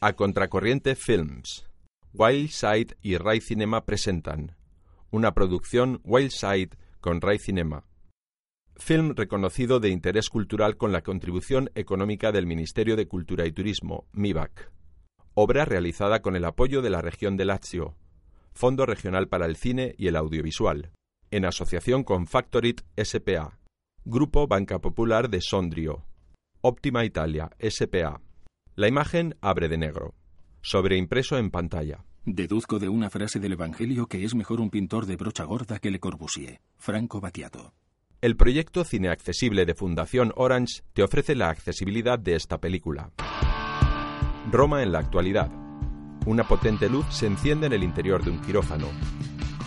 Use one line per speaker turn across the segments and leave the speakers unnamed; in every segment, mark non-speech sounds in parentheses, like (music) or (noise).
A Contracorriente Films. Wildside y Rai Cinema presentan. Una producción Wildside con Rai Cinema. Film reconocido de interés cultural con la contribución económica del Ministerio de Cultura y Turismo, MIBAC. Obra realizada con el apoyo de la región de Lazio, Fondo Regional para el Cine y el Audiovisual, en asociación con Factorit SPA, Grupo Banca Popular de Sondrio, Optima Italia SPA. La imagen abre de negro, sobreimpreso en pantalla.
Deduzco de una frase del Evangelio que es mejor un pintor de brocha gorda que Le Corbusier, Franco Battiato.
El proyecto Cine Accesible de Fundación Orange te ofrece la accesibilidad de esta película. Roma en la actualidad. Una potente luz se enciende en el interior de un quirófano.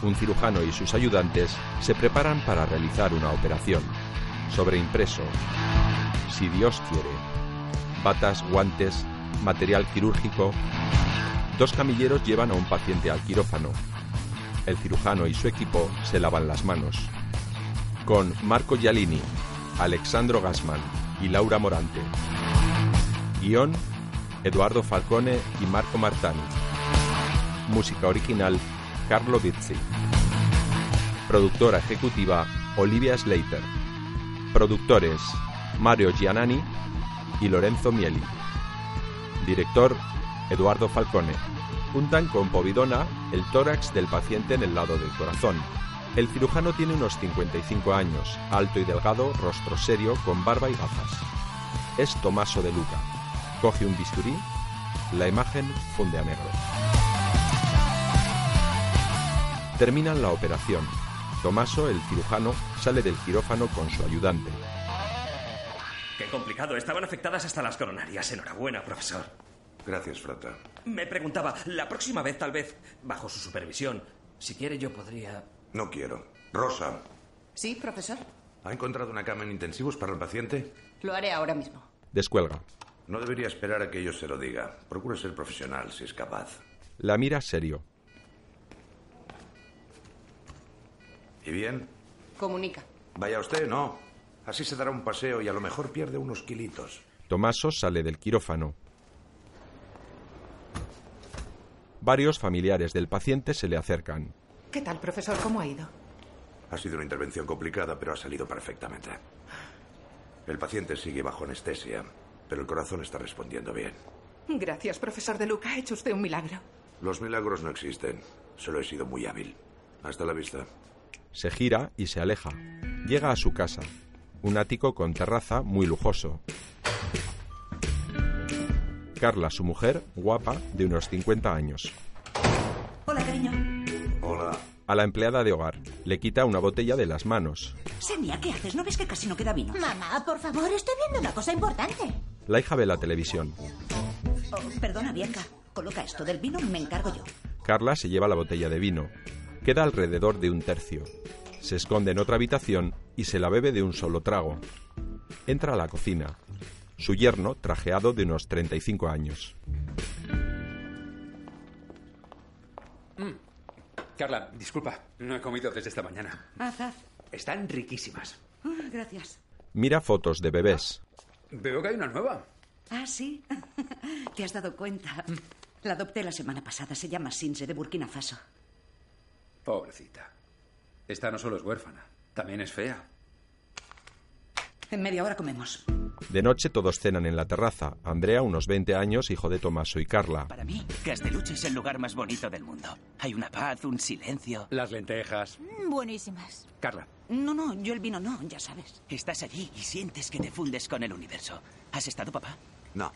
Un cirujano y sus ayudantes se preparan para realizar una operación. Sobreimpreso. Si Dios quiere. Batas, guantes, material quirúrgico. Dos camilleros llevan a un paciente al quirófano. El cirujano y su equipo se lavan las manos. Con Marco Giallini, Alexandro Gassman y Laura Morante. Guión, Eduardo Falcone y Marco Martani. Música original, Carlo Bizzi. Productora ejecutiva, Olivia Slater. Productores, Mario Giannani y Lorenzo Mieli. Director, Eduardo Falcone. Untan con povidona el tórax del paciente en el lado del corazón. El cirujano tiene unos 55 años, alto y delgado, rostro serio, con barba y gafas. Es Tomaso de Luca. Coge un bisturí, la imagen funde a negro. Terminan la operación. Tomaso, el cirujano, sale del quirófano con su ayudante.
Qué complicado, estaban afectadas hasta las coronarias. Enhorabuena, profesor.
Gracias, Frata.
Me preguntaba, la próxima vez tal vez, bajo su supervisión, si quiere yo podría...
No quiero. Rosa,
Sí, profesor.
¿ha encontrado una cama en intensivos para el paciente?
Lo haré ahora mismo.
Descuelga.
No debería esperar a que yo se lo diga. Procure ser profesional si es capaz.
La mira serio.
¿Y bien?
Comunica.
Vaya usted, no. Así se dará un paseo y a lo mejor pierde unos kilitos.
Tomaso sale del quirófano. Varios familiares del paciente se le acercan.
¿Qué tal, profesor? ¿Cómo ha ido?
Ha sido una intervención complicada, pero ha salido perfectamente. El paciente sigue bajo anestesia, pero el corazón está respondiendo bien.
Gracias, profesor De Luca. Ha hecho usted un milagro.
Los milagros no existen. Solo he sido muy hábil. Hasta la vista.
Se gira y se aleja. Llega a su casa, un ático con terraza muy lujoso. Carla, su mujer, guapa, de unos 50 años.
Hola, cariño.
Hola.
A la empleada de hogar le quita una botella de las manos.
Senia, ¿qué haces? ¿No ves que casi no queda vino?
Mamá, por favor, estoy viendo una cosa importante.
La hija ve la televisión.
Oh, perdona, Bianca. Coloca esto del vino, me encargo yo.
Carla se lleva la botella de vino. Queda alrededor de un tercio. Se esconde en otra habitación y se la bebe de un solo trago. Entra a la cocina. Su yerno, trajeado de unos 35 años.
Carla, disculpa, no he comido desde esta mañana.
Haz, haz.
Están riquísimas.
Ah, Gracias.
Mira fotos de bebés.
Veo que hay una nueva.
Ah, sí. (laughs) Te has dado cuenta. La adopté la semana pasada. Se llama Sinse, de Burkina Faso.
Pobrecita. Esta no solo es huérfana, también es fea.
En media hora comemos.
De noche todos cenan en la terraza. Andrea, unos 20 años, hijo de Tomaso y Carla.
Para mí, Castelucho es el lugar más bonito del mundo. Hay una paz, un silencio.
Las lentejas.
Mm, Buenísimas.
Carla,
No, no, yo el vino no, ya sabes.
Estás allí y sientes que te fundes con el universo. ¿Has estado, papá?
No.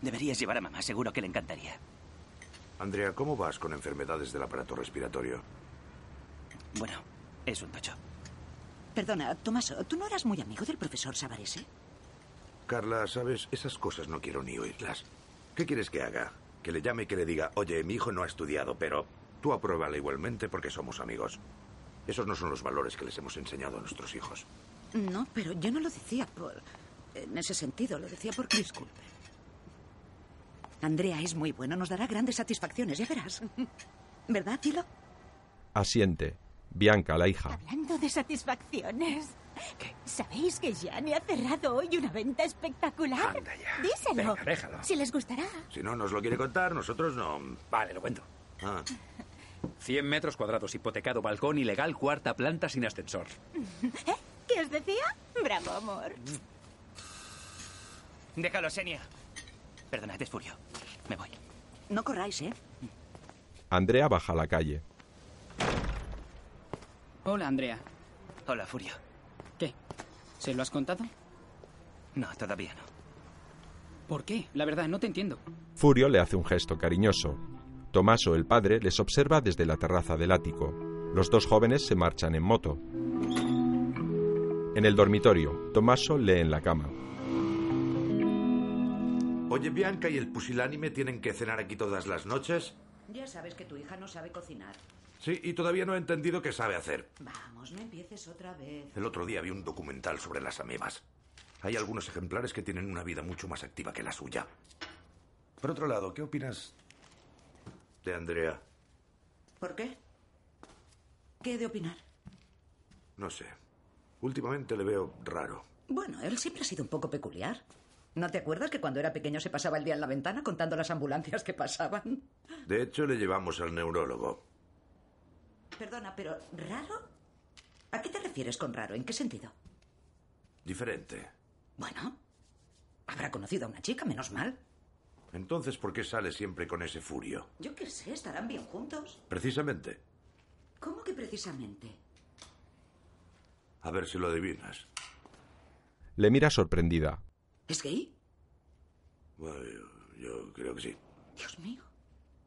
Deberías llevar a mamá, seguro que le encantaría.
Andrea, ¿cómo vas con enfermedades del aparato respiratorio?
Bueno, es un tocho.
Perdona, Tomás, ¿tú no eras muy amigo del profesor Savarese?
Carla, sabes, esas cosas no quiero ni oírlas. ¿Qué quieres que haga? Que le llame y que le diga, oye, mi hijo no ha estudiado, pero tú apruébale igualmente porque somos amigos. Esos no son los valores que les hemos enseñado a nuestros hijos.
No, pero yo no lo decía por... En ese sentido, lo decía porque... Disculpe. Andrea es muy bueno, nos dará grandes satisfacciones, ya verás. ¿Verdad, Tilo?
Asiente. Bianca, la hija.
Hablando de satisfacciones. ¿Sabéis que Gianni ha cerrado hoy una venta espectacular?
Anda ya.
Díselo.
Venga, déjalo.
Si les gustará.
Si no nos lo quiere contar, nosotros no.
Vale, lo cuento.
Ah,
100 metros cuadrados, hipotecado, balcón ilegal, cuarta planta sin ascensor.
¿Eh? ¿Qué os decía? Bravo, amor.
Déjalo, Senia. Perdonad, es Furio. Me voy.
No corráis, ¿eh?
Andrea baja a la calle.
Hola, Andrea.
Hola, Furio.
¿Qué? ¿Se lo has contado?
No, todavía no.
¿Por qué? La verdad, no te entiendo.
Furio le hace un gesto cariñoso. Tomaso, el padre, les observa desde la terraza del ático. Los dos jóvenes se marchan en moto. En el dormitorio, Tomaso lee en la cama.
Oye, Bianca y el pusilánime tienen que cenar aquí todas las noches.
Ya sabes que tu hija no sabe cocinar.
Sí, y todavía no he entendido qué sabe hacer.
Vamos, no empieces otra vez.
El otro día vi un documental sobre las amebas. Hay algunos ejemplares que tienen una vida mucho más activa que la suya. Por otro lado, ¿qué opinas de Andrea?
¿Por qué? ¿Qué he de opinar?
No sé. Últimamente le veo raro.
Bueno, él siempre ha sido un poco peculiar. ¿No te acuerdas que cuando era pequeño se pasaba el día en la ventana contando las ambulancias que pasaban?
De hecho, le llevamos al neurólogo.
Perdona, pero ¿raro? ¿A qué te refieres con raro? ¿En qué sentido?
Diferente.
Bueno, habrá conocido a una chica, menos mal.
Entonces, ¿por qué sale siempre con ese furio?
Yo qué sé, estarán bien juntos.
Precisamente.
¿Cómo que precisamente?
A ver si lo adivinas.
Le mira sorprendida.
¿Es gay?
Bueno, yo- yo creo que sí.
Dios mío.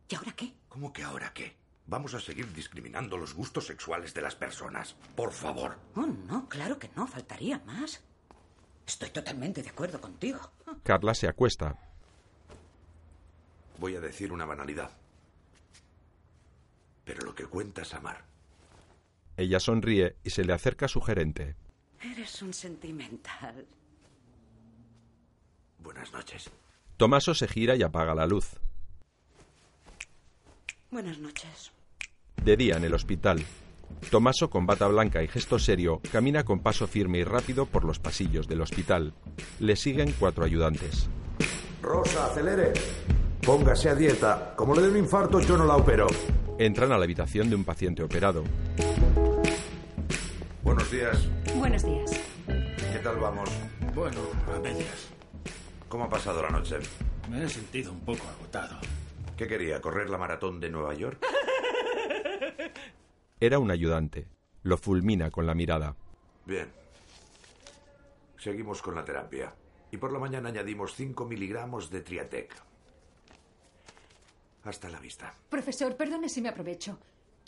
¿Y ahora qué?
¿Cómo que ahora qué? Vamos a seguir discriminando los gustos sexuales de las personas. Por favor.
Oh, no, claro que no, faltaría más. Estoy totalmente de acuerdo contigo.
Carla se acuesta.
Voy a decir una banalidad. Pero lo que cuenta es amar.
Ella sonríe y se le acerca su gerente.
Eres un sentimental.
Buenas noches.
Tomaso se gira y apaga la luz.
Buenas noches.
De día en el hospital. Tomaso, con bata blanca y gesto serio, camina con paso firme y rápido por los pasillos del hospital. Le siguen cuatro ayudantes.
Rosa, acelere. Póngase a dieta. Como le dé un infarto, yo no la opero.
Entran a la habitación de un paciente operado.
Buenos días.
Buenos días.
¿Qué tal vamos?
Bueno, a medias.
¿Cómo ha pasado la noche?
Me he sentido un poco agotado.
¿Qué quería? ¿Correr la maratón de Nueva York?
Era un ayudante. Lo fulmina con la mirada.
Bien. Seguimos con la terapia. Y por la mañana añadimos 5 miligramos de Triatec. Hasta la vista.
Profesor, perdone si me aprovecho,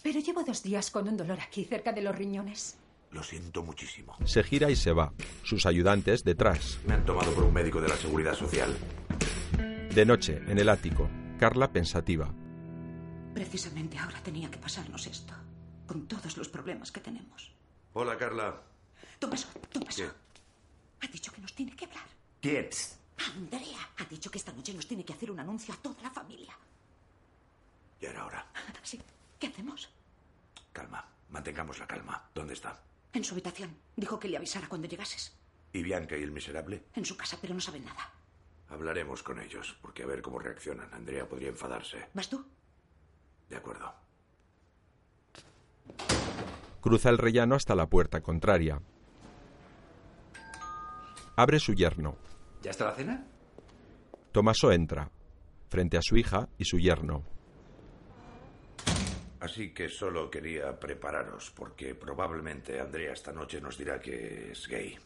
pero llevo dos días con un dolor aquí cerca de los riñones.
Lo siento muchísimo.
Se gira y se va. Sus ayudantes detrás.
Me han tomado por un médico de la Seguridad Social.
De noche, en el ático. Carla pensativa.
Precisamente ahora tenía que pasarnos esto. Con todos los problemas que tenemos.
Hola, Carla.
Tomaso, Tomaso.
¿Qué?
Ha dicho que nos tiene que hablar.
¿Quién?
Andrea ha dicho que esta noche nos tiene que hacer un anuncio a toda la familia.
Ya era hora.
Sí, ¿qué hacemos?
Calma. Mantengamos la calma. ¿Dónde está?
En su habitación. Dijo que le avisara cuando llegases.
¿Y Bianca y el miserable?
En su casa, pero no sabe nada.
Hablaremos con ellos, porque a ver cómo reaccionan. Andrea podría enfadarse.
¿Vas tú?
De acuerdo.
Cruza el rellano hasta la puerta contraria. Abre su yerno.
¿Ya está la cena?
Tomaso entra. Frente a su hija y su yerno.
Así que solo quería prepararos, porque probablemente Andrea esta noche nos dirá que es gay.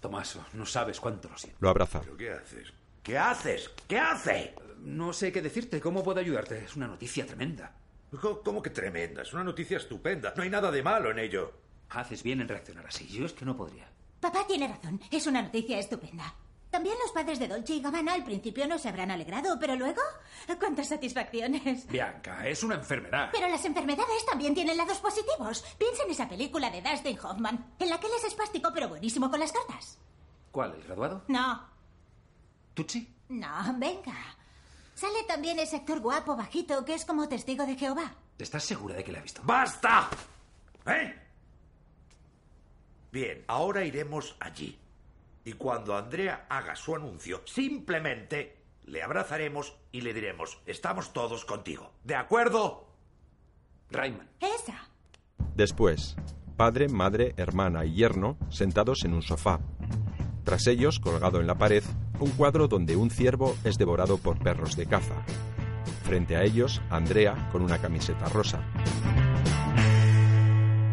Tomaso, no sabes cuánto lo siento.
Lo abraza.
¿Pero qué haces? ¿Qué haces? ¿Qué hace?
No sé qué decirte. ¿Cómo puedo ayudarte? Es una noticia tremenda.
Co- ¿Cómo que tremenda? Es una noticia estupenda. No hay nada de malo en ello.
Haces bien en reaccionar así. Yo es que no podría.
Papá tiene razón. Es una noticia estupenda. También los padres de Dolce y Gabbana al principio no se habrán alegrado, pero luego... ¡Cuántas satisfacciones!
Bianca, es una enfermedad.
Pero las enfermedades también tienen lados positivos. Piensa en esa película de Dustin Hoffman, en la que él es espástico pero buenísimo con las cartas.
¿Cuál? ¿El graduado?
No,
¿Tucci?
no, venga. Sale también ese actor guapo, bajito, que es como testigo de Jehová.
¿Estás segura de que la ha visto?
¡Basta! ¿Eh? Bien, ahora iremos allí. Y cuando Andrea haga su anuncio, simplemente le abrazaremos y le diremos, estamos todos contigo. ¿De acuerdo? Rayman.
Esa.
Después, padre, madre, hermana y yerno sentados en un sofá. Tras ellos, colgado en la pared, un cuadro donde un ciervo es devorado por perros de caza. Frente a ellos, Andrea con una camiseta rosa.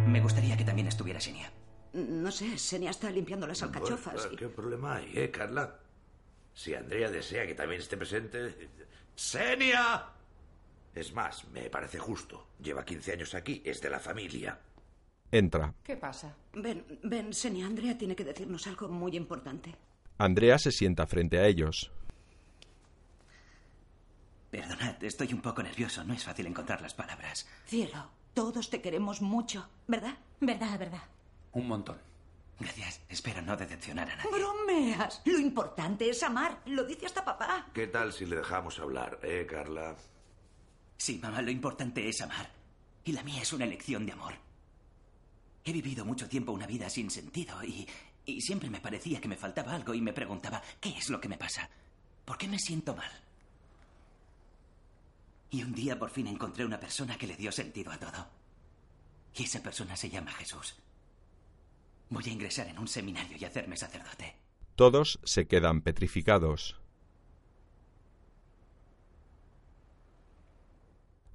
Me gustaría que también estuviera Xenia.
No sé, Senia está limpiando las alcachofas.
Bueno, ¿Qué problema hay, eh, Carla? Si Andrea desea que también esté presente... ¡Senia! Es más, me parece justo. Lleva 15 años aquí, es de la familia.
Entra.
¿Qué pasa? Ven, ven, Senia, Andrea tiene que decirnos algo muy importante.
Andrea se sienta frente a ellos.
Perdonad, estoy un poco nervioso. No es fácil encontrar las palabras.
Cielo, todos te queremos mucho, ¿verdad?
Verdad, verdad.
Un montón.
Gracias. Espero no decepcionar a nadie.
Bromeas. Lo importante es amar. Lo dice hasta papá.
¿Qué tal si le dejamos hablar, eh, Carla?
Sí, mamá, lo importante es amar. Y la mía es una elección de amor. He vivido mucho tiempo una vida sin sentido y, y siempre me parecía que me faltaba algo y me preguntaba, ¿qué es lo que me pasa? ¿Por qué me siento mal? Y un día por fin encontré una persona que le dio sentido a todo. Y esa persona se llama Jesús. Voy a ingresar en un seminario y hacerme sacerdote.
Todos se quedan petrificados.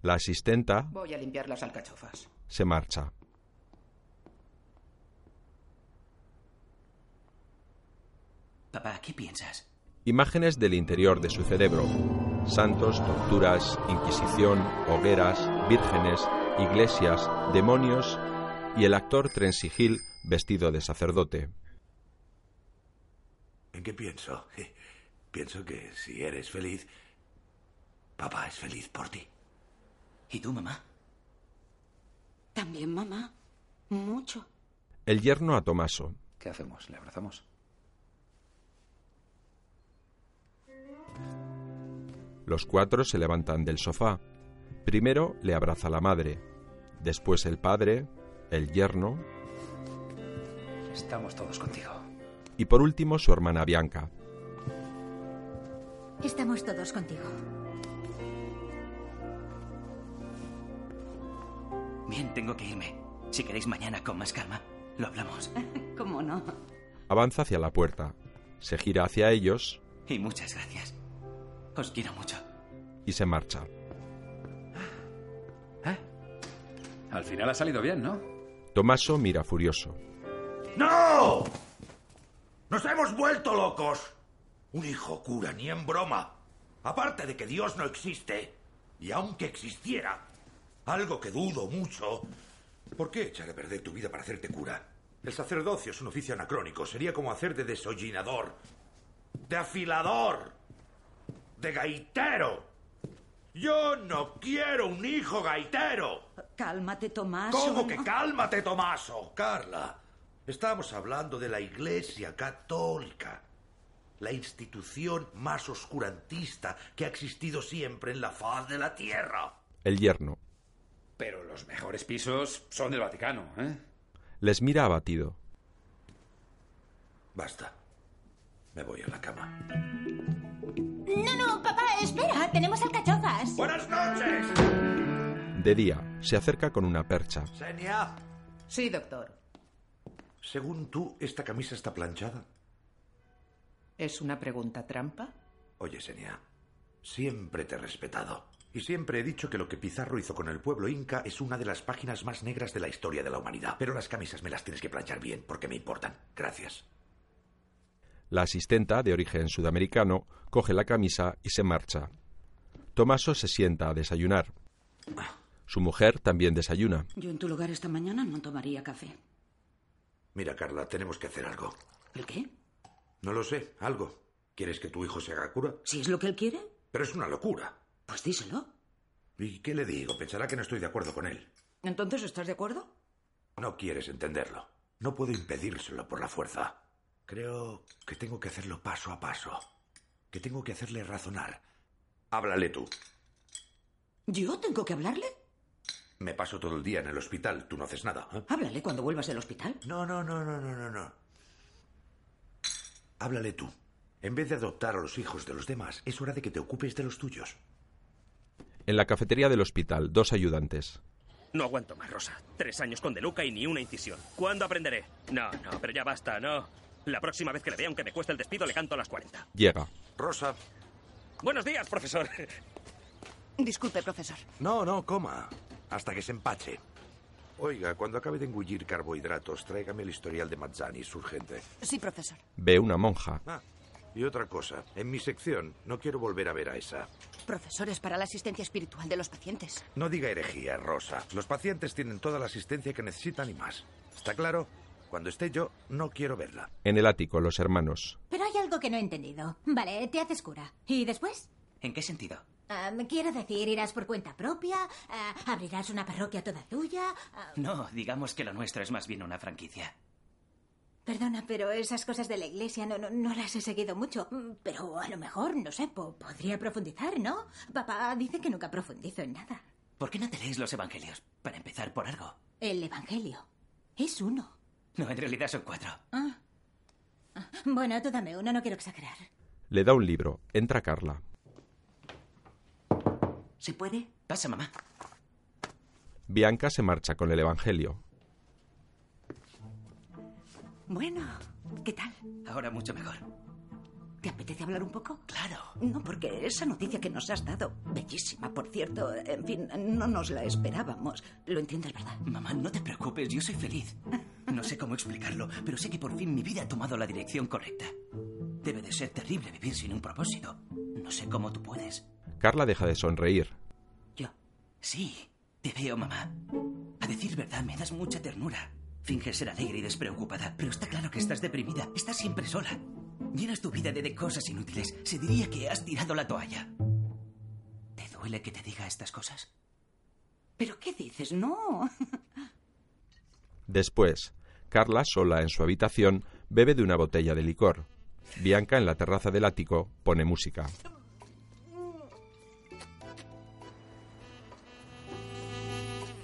La asistenta
Voy a limpiar las alcachofas.
se marcha.
Papá, ¿qué piensas?
Imágenes del interior de su cerebro. Santos, torturas, Inquisición, hogueras, vírgenes, iglesias, demonios y el actor Trency Hill vestido de sacerdote.
¿En qué pienso? Pienso que si eres feliz, papá es feliz por ti.
¿Y tú, mamá?
También, mamá. Mucho.
El yerno a Tomaso.
¿Qué hacemos? ¿Le abrazamos?
Los cuatro se levantan del sofá. Primero le abraza la madre, después el padre, el yerno
Estamos todos contigo.
y por último su hermana Bianca.
Estamos todos contigo.
Bien, tengo que irme. Si queréis mañana con más calma, lo hablamos.
¿Cómo no?
Avanza hacia la puerta, se gira hacia ellos
Y muchas gracias. Os quiero mucho.
y se marcha.
Al final ha salido bien, ¿no?
Tomaso mira furioso.
¡No! ¡Nos hemos vuelto locos! Un hijo cura, ni en broma. Aparte de que Dios no existe, y aunque existiera, algo que dudo mucho, ¿por qué echar a perder tu vida para hacerte cura? El sacerdocio es un oficio anacrónico. Sería como hacer de desollinador, de afilador, de gaitero. Yo no quiero un hijo gaitero.
Cálmate, Tomás.
¿Cómo que cálmate, Tomaso? Carla, estamos hablando de la Iglesia Católica, la institución más oscurantista que ha existido siempre en la faz de la Tierra.
El yerno
Pero los mejores pisos son del Vaticano, ¿eh?
les mira abatido.
Basta. Me voy a la cama.
No, no, papá, espera. Tenemos alcachofas.
¡Buenas noches!
De día, se acerca con una percha.
Senia,
Sí, doctor.
según tú, ¿esta camisa está planchada?
¿Es una pregunta trampa?
Oye, Senia, siempre te he respetado. Y siempre he dicho que lo que Pizarro hizo con el pueblo inca es una de las páginas más negras de la historia de la humanidad. Pero las camisas me las tienes que planchar bien porque me importan. Gracias.
La asistenta, de origen sudamericano, coge la camisa y se marcha. Tomaso se sienta a desayunar. Su mujer también desayuna.
Yo en tu lugar esta mañana no tomaría café.
Mira, Carla, tenemos que hacer algo.
¿El qué?
No lo sé, algo. ¿Quieres que tu hijo se haga cura?
Si es lo que él quiere,
Pero es una locura.
pues díselo.
¿Y qué le digo? Pensará que no estoy de acuerdo con él.
¿Entonces estás de acuerdo?
No quieres entenderlo. No puedo impedírselo por la fuerza. Creo que tengo que hacerlo paso a paso. Que tengo que hacerle razonar. Háblale tú.
¿Yo tengo que hablarle?
Me paso todo el día en el hospital. Tú no haces nada. ¿eh?
¿Ah? Háblale cuando vuelvas del hospital.
No, no, no, no, no, no, no. Háblale tú. En vez de adoptar a los hijos de los demás, es hora de que te ocupes de los tuyos.
En la cafetería del hospital, dos ayudantes.
No aguanto más, Rosa. Tres años con Deluca y ni una incisión. ¿Cuándo aprenderé? No, no, pero ya basta, no. La próxima vez que le vea, aunque me cueste el despido, le canto a las 40.
Llega.
Rosa.
Buenos días, profesor.
Disculpe, profesor.
No, no, coma. Hasta que se empache. Oiga, cuando acabe de engullir carbohidratos, tráigame el historial de Mazzani, es urgente.
Sí, profesor.
Ve una monja.
Ah, y otra cosa. En mi sección, no quiero volver a ver a esa.
Profesores para la asistencia espiritual de los pacientes.
No diga herejía, Rosa. Los pacientes tienen toda la asistencia que necesitan y más. ¿Está claro? Cuando esté yo, no quiero verla.
En el ático, los hermanos.
Pero hay algo que no he entendido. Vale, te haces cura. ¿Y después?
¿En qué sentido?
Ah, quiero decir, irás por cuenta propia, ah, abrirás una parroquia toda tuya. ah,
No, digamos que lo nuestro es más bien una franquicia.
Perdona, pero esas cosas de la iglesia no, no, no las he seguido mucho. Mm, Pero a lo mejor, no sé, po- podría profundizar, ¿no? Papá dice que nunca profundizo en nada.
¿Por qué no te lees los evangelios? Para empezar por algo.
El Evangelio. Es uno.
No, en realidad son cuatro.
Ah. Ah, Bueno, tú dame uno, no quiero exagerar.
Le da un libro. Entra Carla.
¿Se puede? Pasa, mamá.
Bianca se marcha con el Evangelio.
Bueno, ¿qué tal?
Ahora mucho mejor.
¿Te apetece hablar un poco? Claro. No, porque esa noticia que nos has dado, bellísima, por cierto, en fin, no nos la esperábamos. Lo entiendes, ¿verdad?
Mamá, no te preocupes, yo soy feliz. No sé cómo explicarlo, pero sé que por fin mi vida ha tomado la dirección correcta. Debe de ser terrible vivir sin un propósito. No sé cómo tú puedes.
Carla deja de sonreír.
Sí, te veo, mamá. A decir verdad, me das mucha ternura. Finges ser alegre y despreocupada, pero está claro que estás deprimida. Estás siempre sola. Llenas tu vida de, de cosas inútiles. Se diría que has tirado la toalla. ¿Te duele que te diga estas cosas?
¿Pero qué dices? No.
Después, Carla, sola en su habitación, bebe de una botella de licor. Bianca, en la terraza del ático, pone música.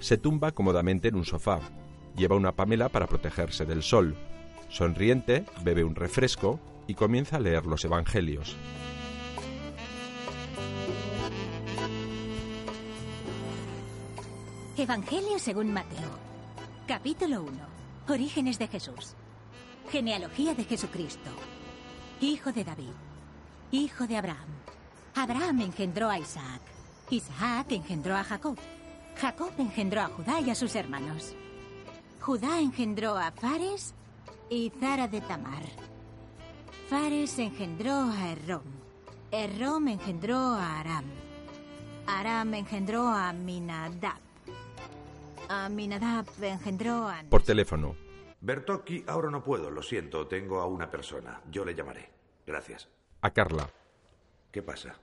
Se tumba cómodamente en un sofá. Lleva una pamela para protegerse del sol. Sonriente, bebe un refresco y comienza a leer los evangelios.
Evangelio según Mateo. Capítulo 1. Orígenes de Jesús. Genealogía de Jesucristo. Hijo de David. Hijo de Abraham. Abraham engendró a Isaac. Isaac engendró a Jacob. Jacob engendró a Judá y a sus hermanos. Judá engendró a Fares y Zara de Tamar. Fares engendró a Errom. Errom engendró a Aram. Aram engendró a Minadab. Aminadab engendró a...
Por teléfono,
Bertocchi, ahora no puedo, lo siento. Tengo a una persona. Yo le llamaré. Gracias.
a Carla.
¿Qué pasa?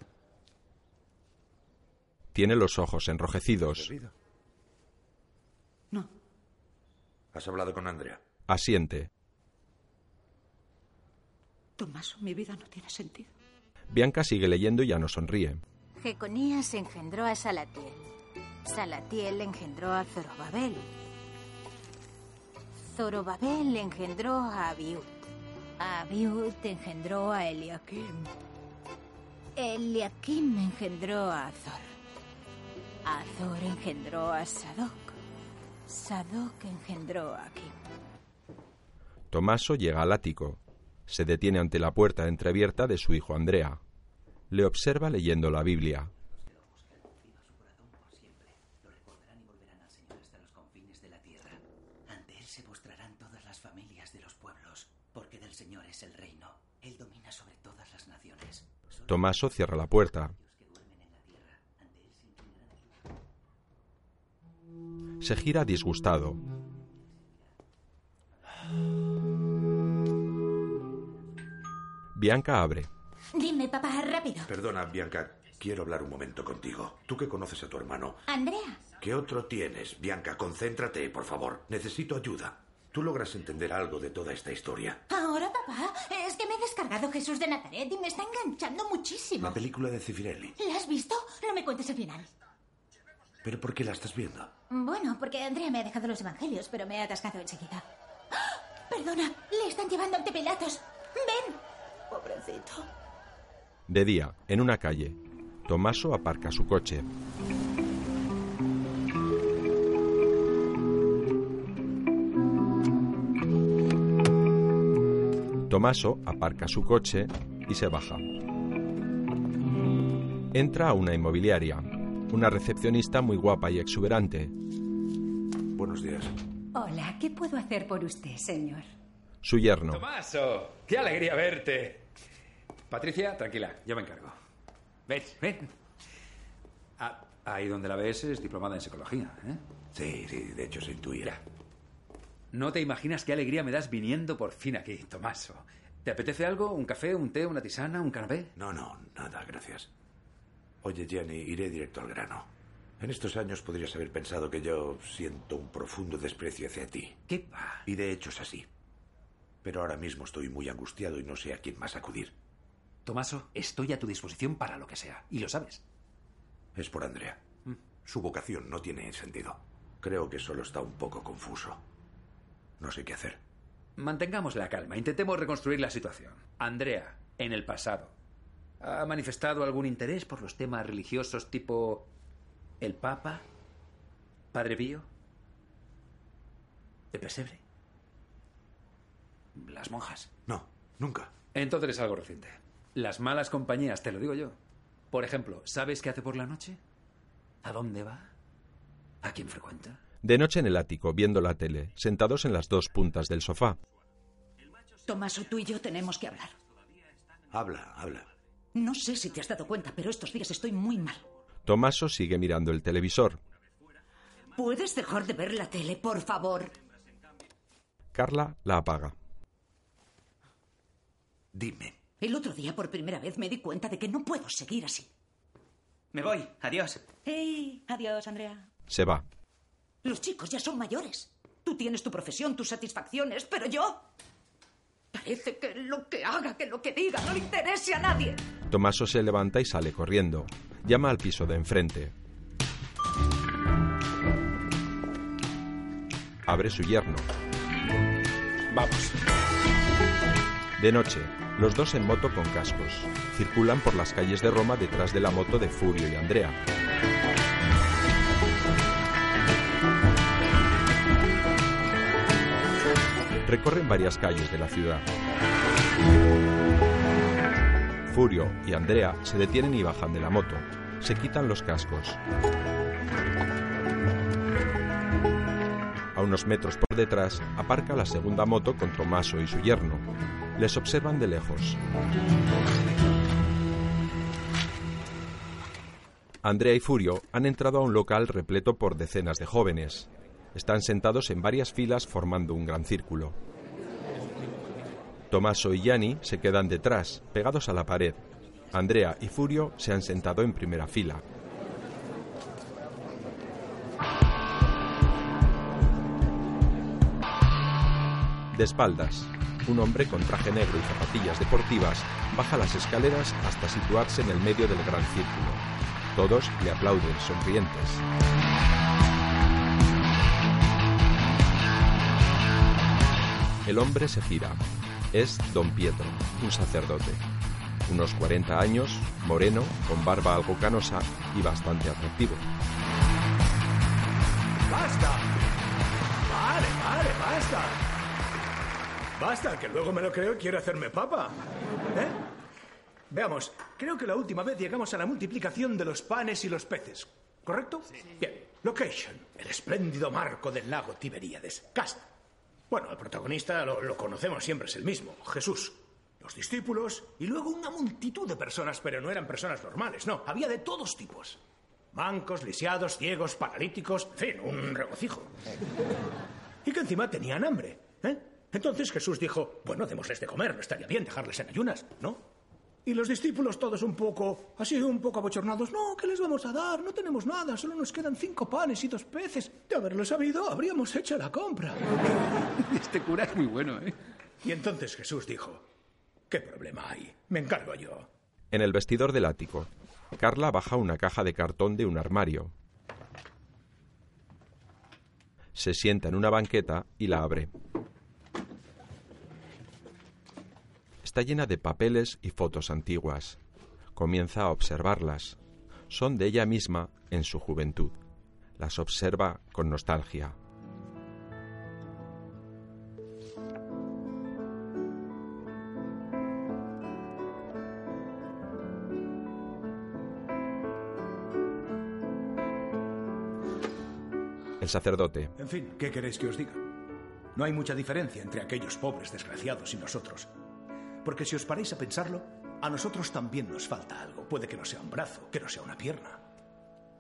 Tiene los ojos enrojecidos.
¿Has hablado con Andrea?
Asiente.
Tomaso, mi vida no tiene sentido.
Bianca sigue leyendo y ya no sonríe.
Jeconías engendró a Salatiel. Salatiel engendró a Zorobabel. Zorobabel engendró a Abiud. Abiud engendró a Eliakim. Eliakim engendró a Azor. Azor engendró a Sadoc. Sadoc engendró a Kim.
Tomaso llega al ático. Se detiene ante la puerta entreabierta de su hijo Andrea. Le observa leyendo la Biblia.
Fines de la tierra. Ante él se postrarán todas las familias de los pueblos, porque del Señor es el reino. Él domina sobre todas las naciones.
Tomaso cierra la puerta. Se gira disgustado. Bianca abre.
Dime, papá, rápido.
Perdona, Bianca. Quiero hablar un momento contigo. Tú que conoces a tu hermano.
Andrea.
¿Qué otro tienes? Bianca, concéntrate, por favor. Necesito ayuda. Tú logras entender algo de toda esta historia.
Ahora, papá, es que me he descargado Jesús de Nazaret y me está enganchando muchísimo.
La película de Cifirelli.
¿La has visto? No me cuentes el final.
¿Pero por qué la estás viendo?
Bueno, porque Andrea me ha dejado los evangelios, pero me ha atascado enseguida. ¡Ah! Perdona, le están llevando ante Pilatos. Ven. Pobrecito.
De día, en una calle, Tomaso aparca su coche. Tomaso aparca su coche y se baja. Entra a una inmobiliaria. Una recepcionista muy guapa y exuberante.
Buenos días.
Hola, ¿qué puedo hacer por usted, señor?
Su yerno.
Tomaso, qué alegría verte. Patricia, tranquila, yo me encargo. Ven, ven. Ah, ahí donde la ves es diplomada en psicología, ¿eh?
Sí, sí, de hecho se intuía.
No te imaginas qué alegría me das viniendo por fin aquí, Tomaso. ¿Te apetece algo? ¿Un café, un té, una tisana, un canapé?
No, no, nada, gracias. Oye, Gianni, iré directo al grano. En estos años podrías haber pensado que yo siento un profundo desprecio hacia ti.
¿Qué va?
Y de hecho es así. Pero ahora mismo estoy muy angustiado y no sé a quién más acudir.
Tomaso, estoy a tu disposición para lo que sea. Y lo sabes. Mm.
Es por Andrea. Su vocación no tiene sentido. Creo que solo está un poco confuso. No sé qué hacer.
Mantengamos la calma, intentemos reconstruir la situación. Andrea, en el pasado, ¿ha manifestado algún interés por los temas religiosos tipo el Papa, Padre Pío, el pesebre, las monjas?
No, nunca.
Entonces es algo reciente. Las malas compañías, te lo digo yo. Por ejemplo, ¿sabes qué hace por la noche? ¿A dónde va? ¿A quién frecuenta?
De noche en el ático, viendo la tele, sentados en las dos puntas del sofá.
Tomaso, tú y yo tenemos que hablar.
Habla, habla.
No sé si te has dado cuenta, pero estos días estoy muy mal.
Tomaso sigue mirando el televisor.
¿Puedes dejar de ver la tele, por favor?
Carla la apaga.
Dime.
El otro día por primera vez me di cuenta de que no puedo seguir así.
Me voy. Adiós.
¡Hey! Adiós, Andrea.
Se va.
Los chicos ya son mayores. Tú tienes tu profesión, tus satisfacciones, pero yo... Parece que lo que haga, que lo que diga, no le interese a nadie.
Tomaso se levanta y sale corriendo. Llama al piso de enfrente. Abre su yerno.
Vamos.
De noche, los dos en moto con cascos. Circulan por las calles de Roma detrás de la moto de Furio y Andrea. Recorren varias calles de la ciudad. Furio y Andrea se detienen y bajan de la moto. Se quitan los cascos. A unos metros por detrás aparca la segunda moto con Tomaso y su yerno. Les observan de lejos. Andrea y Furio han entrado a un local repleto por decenas de jóvenes. Están sentados en varias filas formando un gran círculo. Tomaso y Yanni se quedan detrás, pegados a la pared. Andrea y Furio se han sentado en primera fila. De espaldas, un hombre con traje negro y zapatillas deportivas baja las escaleras hasta situarse en el medio del gran círculo. Todos le aplauden sonrientes. El hombre se gira. Es don Pietro, un sacerdote. Unos 40 años, moreno, con barba algo canosa y bastante atractivo.
¡Basta! Vale, vale, basta. Basta, que luego me lo creo y quiero hacerme papa. ¿Eh? Veamos, creo que la última vez llegamos a la multiplicación de los panes y los peces, ¿correcto? Bien. Location, el espléndido marco del lago Tiberíades. Cast. Bueno, el protagonista lo, lo conocemos siempre, es el mismo, Jesús. Los discípulos y luego una multitud de personas, pero no eran personas normales, no, había de todos tipos. Mancos, lisiados, ciegos, paralíticos, en fin, un regocijo. Y que encima tenían hambre, ¿eh? Entonces Jesús dijo, bueno, démosles de comer, no estaría bien dejarles en ayunas, ¿no? Y los discípulos todos un poco, así un poco abochornados, no, ¿qué les vamos a dar? No tenemos nada, solo nos quedan cinco panes y dos peces. De haberlo sabido, habríamos hecho la compra.
Este cura es muy bueno, ¿eh?
Y entonces Jesús dijo, ¿qué problema hay? Me encargo yo.
En el vestidor del ático, Carla baja una caja de cartón de un armario. se sienta en una banqueta y la abre. Está llena de papeles y fotos antiguas. Comienza a observarlas. Son de ella misma en su juventud. Las observa con nostalgia. El sacerdote.
En fin, ¿qué queréis que os diga? No hay mucha diferencia entre aquellos pobres desgraciados y nosotros. Porque si os paráis a pensarlo, a nosotros también nos falta algo. Puede que no sea un brazo, que no sea una pierna.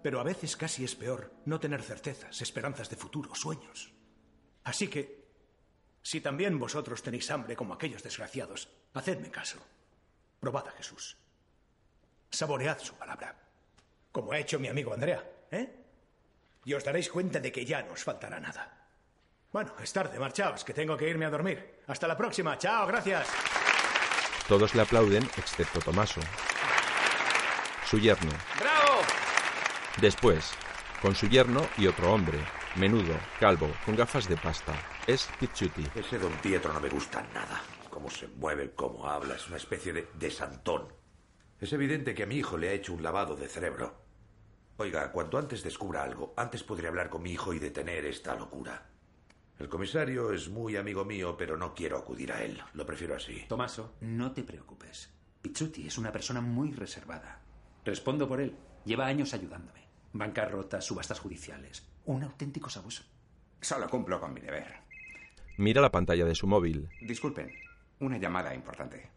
Pero a veces casi es peor no tener certezas, esperanzas de futuro, sueños. Así que, si también vosotros tenéis hambre como aquellos desgraciados, hacedme caso. Probad a Jesús. Saboread su palabra. Como ha hecho mi amigo Andrea, ¿eh? y os daréis cuenta de que ya no os faltará nada. Bueno, es tarde, marchaos, que tengo que irme a dormir. Hasta la próxima, chao, gracias.
Todos le aplauden excepto Tomaso. Su yerno.
¡Bravo!
Después, con su yerno y otro hombre, menudo, calvo, con gafas de pasta. Es Pizzuti.
Ese don Pietro no me gusta nada. Cómo se mueve, cómo habla, es una especie de, de santón. Es evidente que a mi hijo le ha hecho un lavado de cerebro. Oiga, cuanto antes descubra algo, antes podré hablar con mi hijo y detener esta locura. El comisario es muy amigo mío, pero no quiero acudir a él. Lo prefiero así.
Tomaso, no te preocupes. Pizzuti es una persona muy reservada. Respondo por él. Lleva años ayudándome. Bancarrotas, subastas judiciales. Un auténtico sabueso.
Solo cumplo con mi deber.
Mira la pantalla de su móvil.
Disculpen, una llamada importante.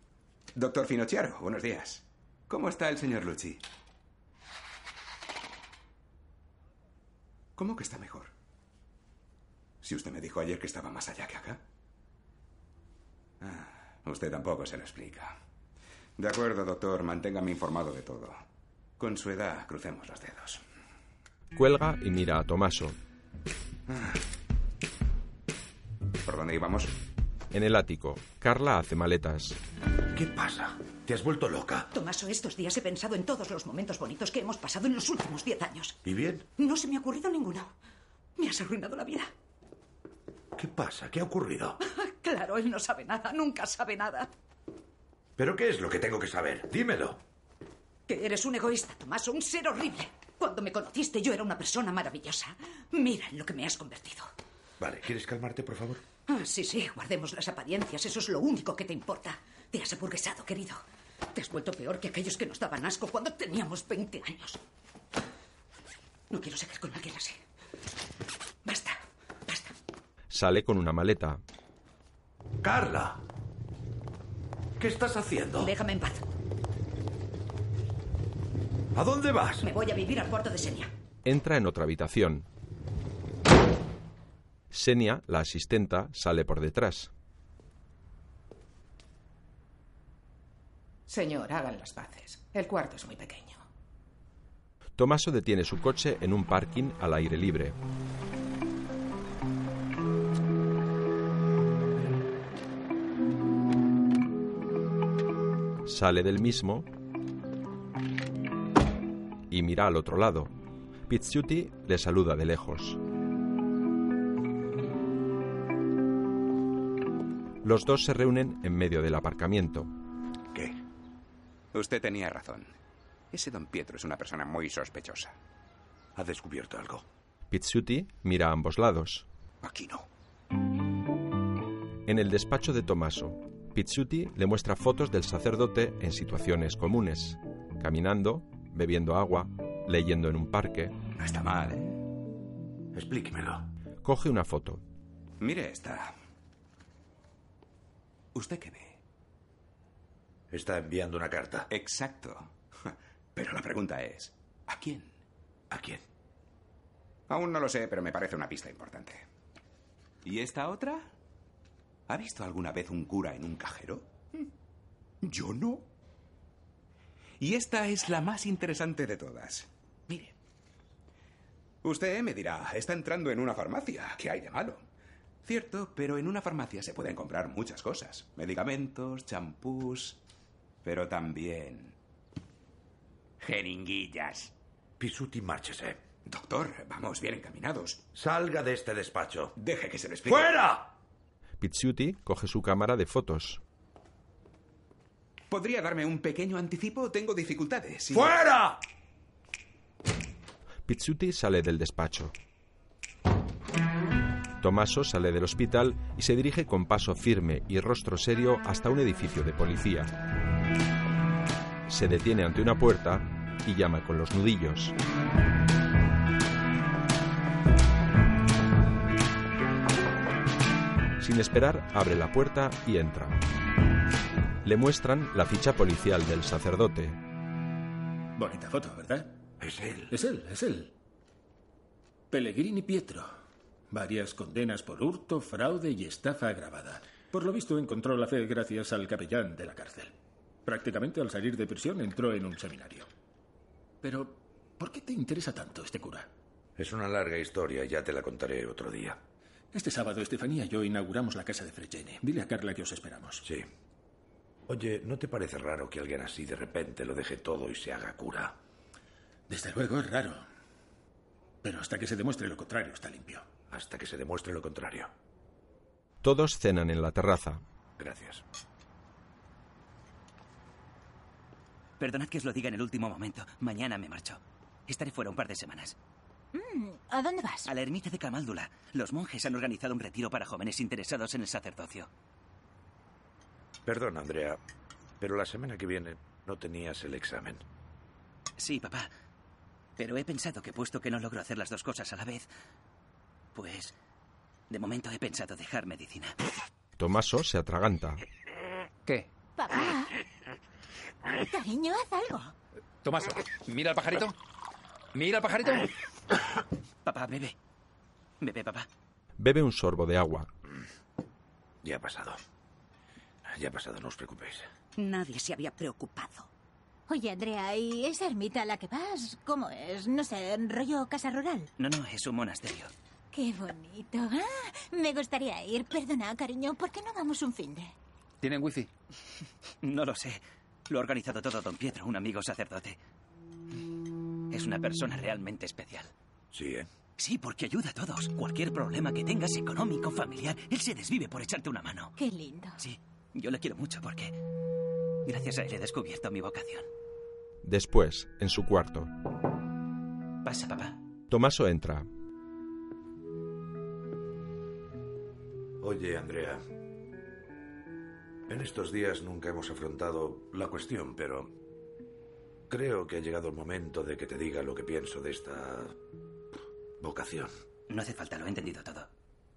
Doctor Finocchiaro, buenos días. ¿Cómo está el señor Lucci? ¿Cómo que está mejor? Si usted me dijo ayer que estaba más allá que acá. Ah, usted tampoco se lo explica. De acuerdo, doctor, manténgame informado de todo. Con su edad, crucemos los dedos.
Cuelga y mira a Tomaso.
¿Por dónde íbamos?
En el ático, Carla hace maletas.
¿Qué pasa? ¿Te has vuelto loca?
Tomaso, estos días he pensado en todos los momentos bonitos que hemos pasado en los últimos diez años.
¿Y bien?
No se me ha ocurrido ninguno. Me has arruinado la vida.
¿Qué pasa? ¿Qué ha ocurrido?
Claro, él no sabe nada, nunca sabe nada.
¿Pero qué es lo que tengo que saber? Dímelo.
Que eres un egoísta, Tomaso, un ser horrible. Cuando me conociste yo era una persona maravillosa. Mira en lo que me has convertido.
Vale, ¿quieres calmarte, por favor?
Ah, sí, sí, guardemos las apariencias, eso es lo único que te importa. Te has aburguesado, querido. Te has vuelto peor que aquellos que nos daban asco cuando teníamos 20 años. No quiero seguir con alguien así. Basta.
Sale con una maleta.
Carla. ¿Qué estás haciendo?
Déjame en paz.
¿A dónde vas?
Me voy a vivir al cuarto de Senia.
Entra en otra habitación. Senia, la asistenta, sale por detrás.
Señor, hagan las paces. El cuarto es muy pequeño.
Tomaso detiene su coche en un parking al aire libre. Sale del mismo y mira al otro lado. Pizzuti le saluda de lejos. Los dos se reúnen en medio del aparcamiento.
¿Qué? Usted tenía razón. Ese don Pietro es una persona muy sospechosa.
Ha descubierto algo.
Pizzuti mira a ambos lados.
Aquí no.
En el despacho de Tomaso, Pizzuti le muestra fotos del sacerdote en situaciones comunes, caminando, bebiendo agua, leyendo en un parque.
No está mal, ¿eh?
Explíquemelo.
Coge una foto.
Mire esta. ¿Usted qué ve?
Está enviando una carta.
Exacto. Pero la pregunta es, ¿a quién?
¿A quién?
Aún no lo sé, pero me parece una pista importante. ¿Y esta otra? ¿Ha visto alguna vez un cura en un cajero? Yo no. Y esta es la más interesante de todas. Mire. Usted me dirá, está entrando en una farmacia. ¿Qué hay de malo? Cierto, pero en una farmacia se pueden comprar muchas cosas. Medicamentos, champús, pero también... Jeringuillas.
Pisuti, márchese.
Doctor, vamos bien encaminados.
Salga de este despacho.
Deje que se lo explique.
¡Fuera!
Pizzuti coge su cámara de fotos.
¿Podría darme un pequeño anticipo? Tengo dificultades. y-
¡Fuera!
Pizzuti sale del despacho. Tomaso sale del hospital y se dirige con paso firme y rostro serio hasta un edificio de policía. Se detiene ante una puerta y llama con los nudillos. Sin esperar, abre la puerta y entra. Le muestran la ficha policial del sacerdote.
Bonita foto, ¿verdad?
Es él.
Es él, es él. Pellegrini Pietro. Varias condenas por hurto, fraude y estafa agravada. Por lo visto encontró la fe gracias al capellán de la cárcel. Prácticamente al salir de prisión entró en un seminario. Pero, ¿por qué te interesa tanto este cura?
Es una larga historia, ya te la contaré otro día.
Este sábado, Estefanía y yo inauguramos la casa de Fregene. Dile a Carla que os esperamos.
Sí. Oye, ¿no te parece raro que alguien así de repente lo deje todo y se haga cura?
Desde luego es raro. Pero hasta que se demuestre lo contrario, está limpio.
Hasta que se demuestre lo contrario.
Todos cenan en la terraza.
Gracias.
Perdonad que os lo diga en el último momento. Mañana me marcho. Estaré fuera un par de semanas.
Mm, ¿A dónde vas?
A la ermita de Camáldula. Los monjes han organizado un retiro para jóvenes interesados en el sacerdocio.
Perdón, Andrea, pero la semana que viene no tenías el examen.
Sí, papá. Pero he pensado que puesto que no logro hacer las dos cosas a la vez, pues de momento he pensado dejar medicina.
Tomaso se atraganta.
¿Qué?
oh, Papá. Cariño, haz algo.
Tomaso, mira al pajarito. Mira al pajarito.
Papá, bebe. Bebe, papá.
Bebe un sorbo de agua.
Ya ha pasado. Ya ha pasado, no os preocupéis.
Nadie se había preocupado.
Oye, Andrea, ¿y esa ermita a la que vas? ¿Cómo es? No sé, rollo casa rural.
No, no, es un monasterio.
Qué bonito. Ah, me gustaría ir. Perdona, cariño, ¿por qué no vamos un fin de?
¿Tienen wifi?
(laughs) No lo sé. Lo ha organizado todo don Pietro, un amigo sacerdote. Es una persona realmente especial.
Sí, ¿eh?
Sí, porque ayuda a todos. Cualquier problema que tengas, económico, familiar, él se desvive por echarte una mano.
Qué lindo.
Sí, yo le quiero mucho porque gracias a él he descubierto mi vocación.
Después, en su cuarto,
Pasa, papá.
Tomaso entra.
Oye, Andrea. En estos días nunca hemos afrontado la cuestión, pero creo que ha llegado el momento de que te diga lo que pienso de esta vocación.
No hace falta, lo he entendido todo.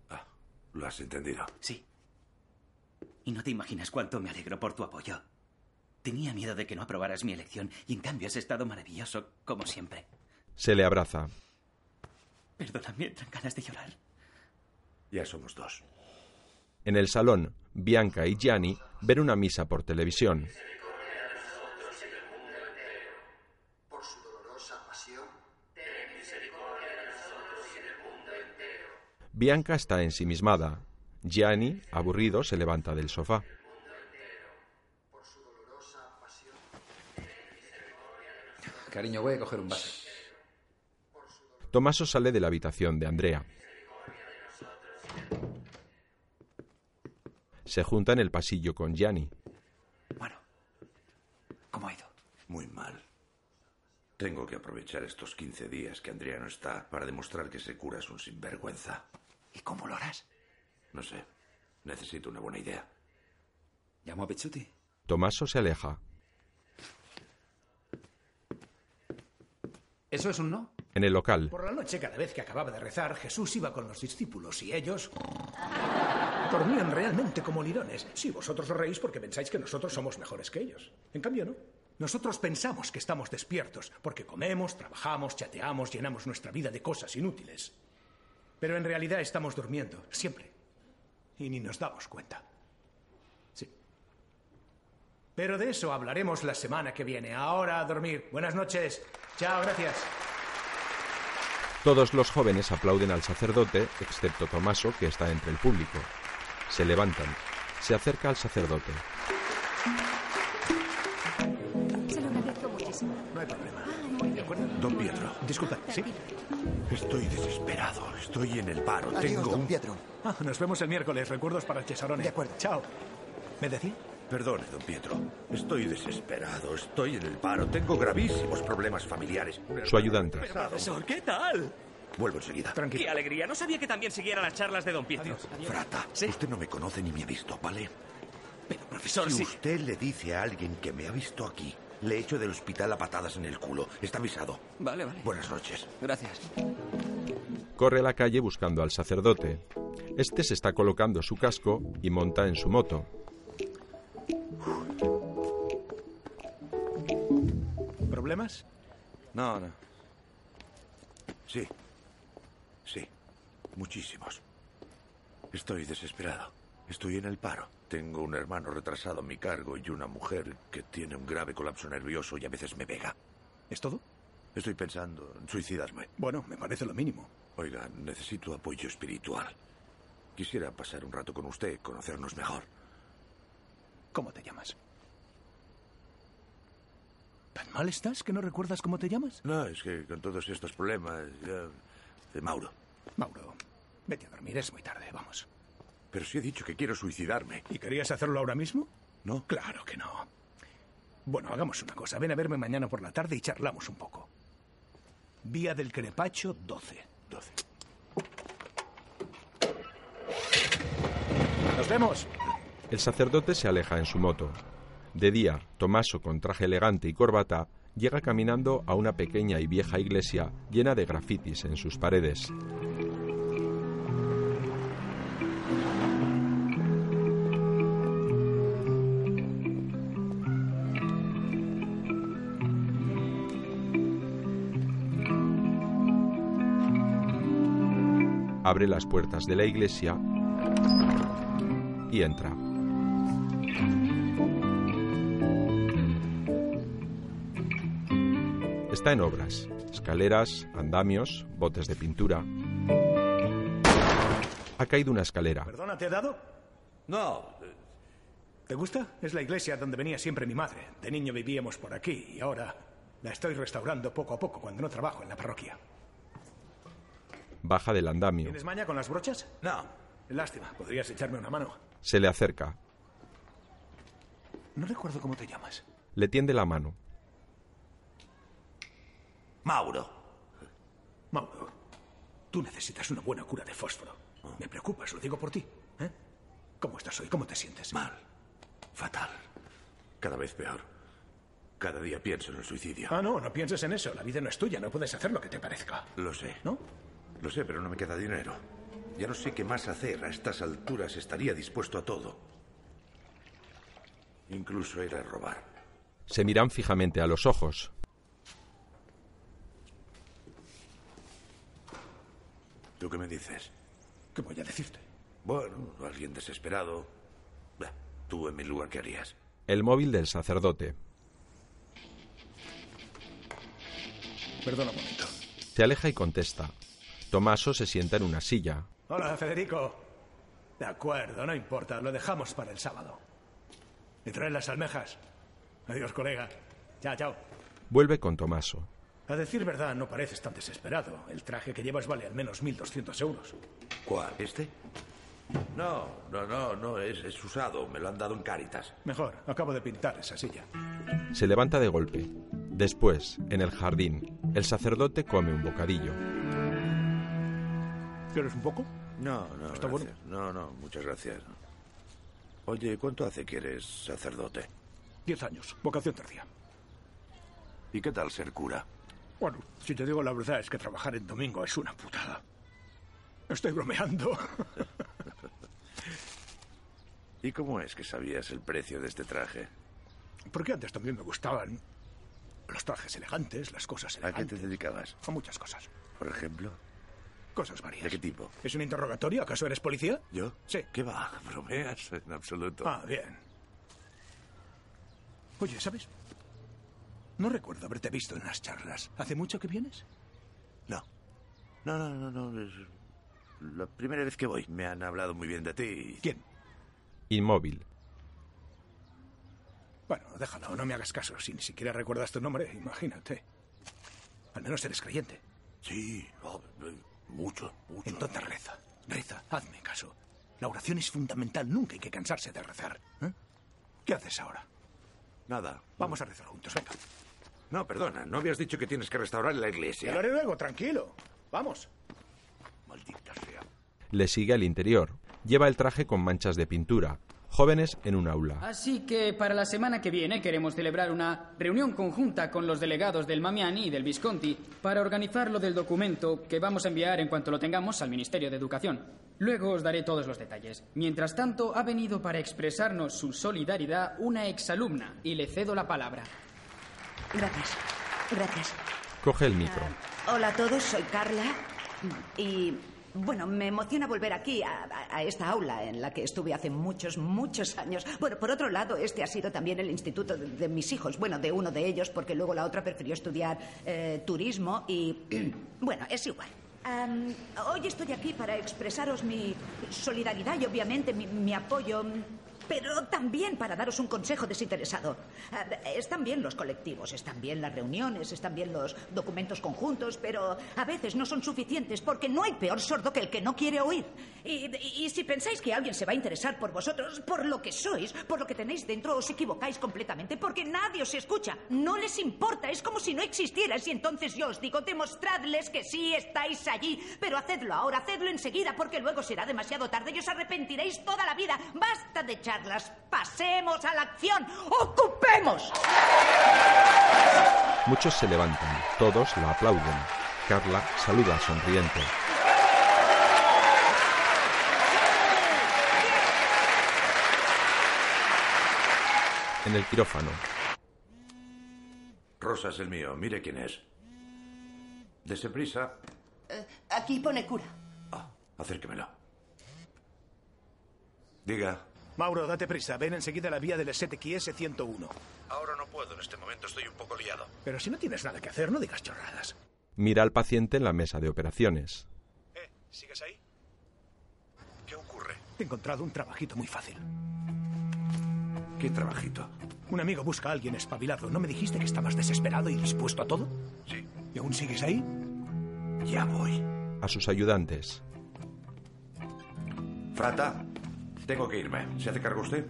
Ah, ¿Lo has entendido?
Sí. Y no te imaginas cuánto me alegro por tu apoyo. Tenía miedo de que no aprobaras mi elección y en cambio has estado maravilloso, como siempre.
Se le abraza.
Perdóname, entran ganas de llorar.
Ya somos dos.
En el salón, Bianca y Gianni ven una misa por televisión.
por su dolorosa pasión. Ten misericordia de nosotros y del mundo entero.
Bianca está ensimismada. Gianni, aburrido, se levanta del sofá.
Cariño, voy a coger un vaso.
Tomaso sale de la habitación de Andrea. Se junta en el pasillo con Gianni.
¿Cómo ha ido?
Muy mal. Tengo que aprovechar estos 15 días que Andrea no está para demostrar que ese cura es un sinvergüenza.
¿Y cómo lo harás?
No sé. Necesito una buena idea.
Llamo a Pizzuti.
Tomaso se aleja.
¿Eso es un no?
En el local,
Por la noche, cada vez que acababa de rezar, Jesús iba con los discípulos y ellos dormían realmente como lirones. Sí, vosotros os reís porque pensáis que nosotros somos mejores que ellos. En cambio, no. Nosotros pensamos que estamos despiertos porque comemos, trabajamos, chateamos, llenamos nuestra vida de cosas inútiles. Pero en realidad estamos durmiendo, siempre. Y ni nos damos cuenta. Sí. Pero de eso hablaremos la semana que viene. Ahora a dormir. Buenas noches. Chao, gracias.
todos los jóvenes aplauden al sacerdote, excepto Tomaso, que está entre el público. Se levantan. Se acerca al sacerdote.
Se lo agradezco muchísimo.
No hay problema.
muy bien.
acuerdo? Don Pietro, disculpa, ¿sí? Estoy desesperado, estoy en el paro,
Adiós,
tengo
don
un... Pietro.
Ah, nos vemos el miércoles. Recuerdos para Cesarone. De acuerdo. Chao. ¿Me decía?
Perdone, don Pietro, estoy desesperado, estoy en el paro, tengo gravísimos problemas familiares.
Su ayudante.
Pero, profesor, ¿qué tal?
Vuelvo enseguida.
¡Qué alegría! No sabía que también siguiera las charlas de Don Pietro.
Frata, usted no me conoce ni me ha visto, ¿vale? Pero,
profesor,
si
sí.
usted le dice a alguien que me ha visto aquí, le echo del hospital a patadas en el culo. Está avisado.
Vale, vale.
Buenas noches.
Gracias.
Corre a la calle buscando al sacerdote. Este se está colocando su casco y monta en su moto.
¿Problemas?
No, no. Sí. Sí. Muchísimos. Estoy desesperado. Estoy en el paro. Tengo un hermano retrasado en mi cargo y una mujer que tiene un grave colapso nervioso y a veces me pega.
¿Es todo?
Estoy pensando en suicidarme.
Bueno, me parece lo mínimo.
Oiga, necesito apoyo espiritual. Quisiera pasar un rato con usted, conocernos mejor.
¿Cómo te llamas? ¿Tan mal estás que no recuerdas cómo te llamas?
No, es que con todos estos problemas... ya- eh, Mauro.
Mauro, vete a dormir, es muy tarde, vamos.
Pero si he dicho que quiero suicidarme.
¿Y querías hacerlo ahora mismo?
No.
Claro que no. Bueno, hagamos una cosa. Ven a verme mañana por la tarde y charlamos un poco. Vía del Crepacho 12. 12. Nos vemos.
El sacerdote se aleja en su moto. De día, Tomaso, con traje elegante y corbata, llega caminando a una pequeña y vieja iglesia llena de grafitis en sus paredes. Abre las puertas de la iglesia y entra. Está en obras, escaleras, andamios, botes de pintura. Ha caído una escalera.
¿Perdona, te he dado? No. ¿Te gusta? Es la iglesia donde venía siempre mi madre. De niño vivíamos por aquí y ahora la estoy restaurando poco a poco cuando no trabajo en la parroquia.
Baja del andamio.
¿Tienes maña con las brochas? No. Lástima, podrías echarme una mano.
Se le acerca.
No recuerdo cómo te llamas.
Le tiende la mano.
Mauro. Mauro, tú necesitas una buena cura de fósforo. Me preocupas, lo digo por ti. ¿eh? ¿Cómo estás hoy? ¿Cómo te sientes?
Mal. Fatal. Cada vez peor. Cada día pienso en el suicidio.
Ah, no, no pienses en eso. La vida no es tuya, no puedes hacer lo que te parezca.
Lo sé.
¿No?
Lo sé, pero no me queda dinero. Ya no sé qué más hacer. A estas alturas estaría dispuesto a todo. Incluso ir a robar.
Se miran fijamente a los ojos.
¿Tú qué me dices?
¿Qué voy a decirte?
Bueno, alguien desesperado. Bah, Tú en mi lugar, ¿qué harías?
El móvil del sacerdote.
Perdona un momento.
Se aleja y contesta. Tomaso se sienta en una silla.
Hola, Federico. De acuerdo, no importa, lo dejamos para el sábado. Y trae las almejas. Adiós, colega. Chao, chao.
Vuelve con Tomaso.
A decir verdad, no pareces tan desesperado. El traje que llevas vale al menos 1.200 euros.
¿Cuál? ¿Este? No, no, no, no, es, es usado. Me lo han dado en Cáritas.
Mejor, acabo de pintar esa silla.
Se levanta de golpe. Después, en el jardín, el sacerdote come un bocadillo.
¿Quieres un poco?
No, no,
¿Está
gracias. No, no, muchas gracias. Oye, ¿cuánto hace que eres sacerdote?
Diez años, vocación tercia.
¿Y qué tal ser cura?
Bueno, si te digo la verdad es que trabajar en domingo es una putada. Estoy bromeando. (laughs)
¿Y cómo es que sabías el precio de este traje?
Porque antes también me gustaban los trajes elegantes, las cosas
¿A qué
elegantes.
te dedicabas?
A muchas cosas.
Por ejemplo,
Cosas varias.
¿de qué tipo?
¿Es un interrogatorio? ¿Acaso eres policía?
¿Yo?
Sí.
¿Qué va? ¿Bromeas? En absoluto.
Ah, bien. Oye, ¿sabes? No recuerdo haberte visto en las charlas. ¿Hace mucho que vienes?
No, no, no, no. Es la primera vez que voy. Me han hablado muy bien de ti.
¿Quién?
Inmóvil.
Bueno, déjalo, no me hagas caso. Si ni siquiera recuerdas tu nombre, imagínate. Al menos eres creyente.
Sí, oh, eh, mucho, mucho.
Entonces reza, reza, hazme caso. La oración es fundamental, nunca hay que cansarse de rezar. ¿eh? ¿Qué haces ahora?
Nada.
Vamos a rezar juntos, venga.
No, perdona, no habías dicho que tienes que restaurar la iglesia.
Te lo haré luego, tranquilo. Vamos.
Le sigue al interior. Lleva el traje con manchas de pintura. Jóvenes en un aula.
Así que para la semana que viene queremos celebrar una reunión conjunta con los delegados del Mamiani y del Visconti para organizar lo del documento que vamos a enviar en cuanto lo tengamos al Ministerio de Educación. Luego os daré todos los detalles. Mientras tanto, ha venido para expresarnos su solidaridad una exalumna y le cedo la palabra.
Gracias. Gracias.
Coge el micro.
Hola a todos, soy Carla. Y bueno, me emociona volver aquí, a, a- a esta aula en la que estuve hace muchos, muchos años. Bueno, por otro lado, este ha sido también el instituto de, de mis hijos. Bueno, de uno de ellos, porque luego la otra prefirió estudiar eh, turismo y. (clears throat) bueno, es igual. Am, hoy estoy aquí para expresaros mi solidaridad y obviamente mi, mi apoyo, pero también para daros un consejo desinteresado. Ah, Están bien los colectivos, están bien las reuniones, están bien los documentos conjuntos, pero a veces no son suficientes porque no hay peor sordo que el que no quiere oír. Y, y- y si pensáis que alguien se va a interesar por vosotros, por lo que sois, por lo que tenéis dentro, os equivocáis completamente porque nadie os escucha. No les importa, es como si no existierais y entonces yo os digo, demostradles que sí estáis allí, pero hacedlo ahora, hacedlo enseguida porque luego será demasiado tarde y os arrepentiréis toda la vida. Basta de charlas, pasemos a la acción, ocupemos.
Muchos se levantan. Todos la aplauden. Carla saluda sonriente. En el quirófano.
Rosa es el mío, mire quién es. Dese prisa,
Eh, aquí pone cura.
acérquemelo. Diga.
Mauro, date prisa. Ven enseguida a la vía del STQS-101.
Ahora no puedo, en este momento estoy un poco liado.
Pero si no tienes nada que hacer, no digas chorradas.
Mira al paciente en la mesa de operaciones.
Eh, ¿sigues ahí? ¿Qué ocurre? He encontrado un trabajito muy fácil.
¿Qué trabajito?
Un amigo busca a alguien espabilado. ¿No me dijiste que estabas desesperado y dispuesto a todo?
Sí.
¿Y aún sigues ahí? Ya voy.
A sus ayudantes.
Frata, tengo que irme. ¿Se hace cargo usted?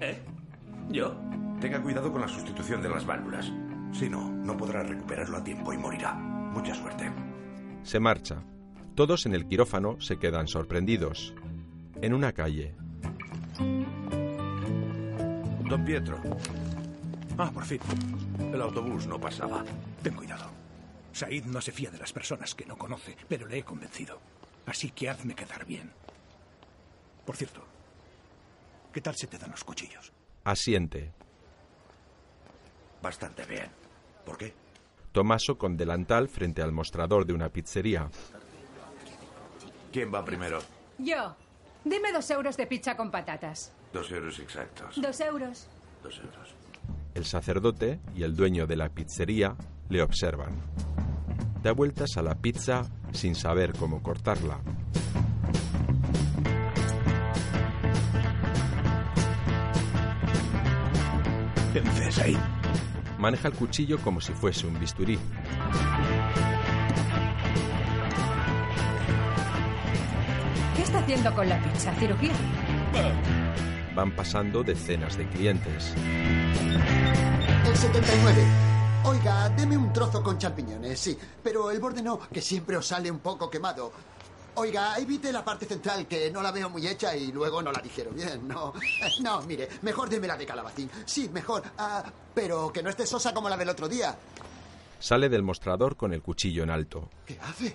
¿Eh?
¿Yo? Tenga cuidado con la sustitución de las válvulas. Si no, no podrá recuperarlo a tiempo y morirá. Mucha suerte.
Se marcha. Todos en el quirófano se quedan sorprendidos. En una calle.
Don Pietro.
Ah, por fin.
El autobús no pasaba.
Ten cuidado. Said no se fía de las personas que no conoce, pero le he convencido. Así que hazme quedar bien. Por cierto, ¿qué tal se te dan los cuchillos?
Asiente.
Bastante bien. ¿Por qué?
Tomaso con delantal frente al mostrador de una pizzería.
¿Quién va primero?
Yo, dime dos euros de pizza con patatas.
Dos euros exactos.
Dos euros.
Dos euros.
El sacerdote y el dueño de la pizzería le observan. Da vueltas a la pizza sin saber cómo cortarla.
Vences ahí.
Maneja el cuchillo como si fuese un bisturí.
¿Qué está haciendo con la pizza? ¿Cirugía?
Van pasando decenas de clientes.
El 79. Oiga, deme un trozo con champiñones, sí, pero el borde no, que siempre os sale un poco quemado. Oiga, evite la parte central, que no la veo muy hecha y luego no la dijeron bien, no. (laughs) Eh, No, mire, mejor deme la de calabacín. Sí, mejor, ah, pero que no esté sosa como la del otro día.
Sale del mostrador con el cuchillo en alto.
¿Qué hace?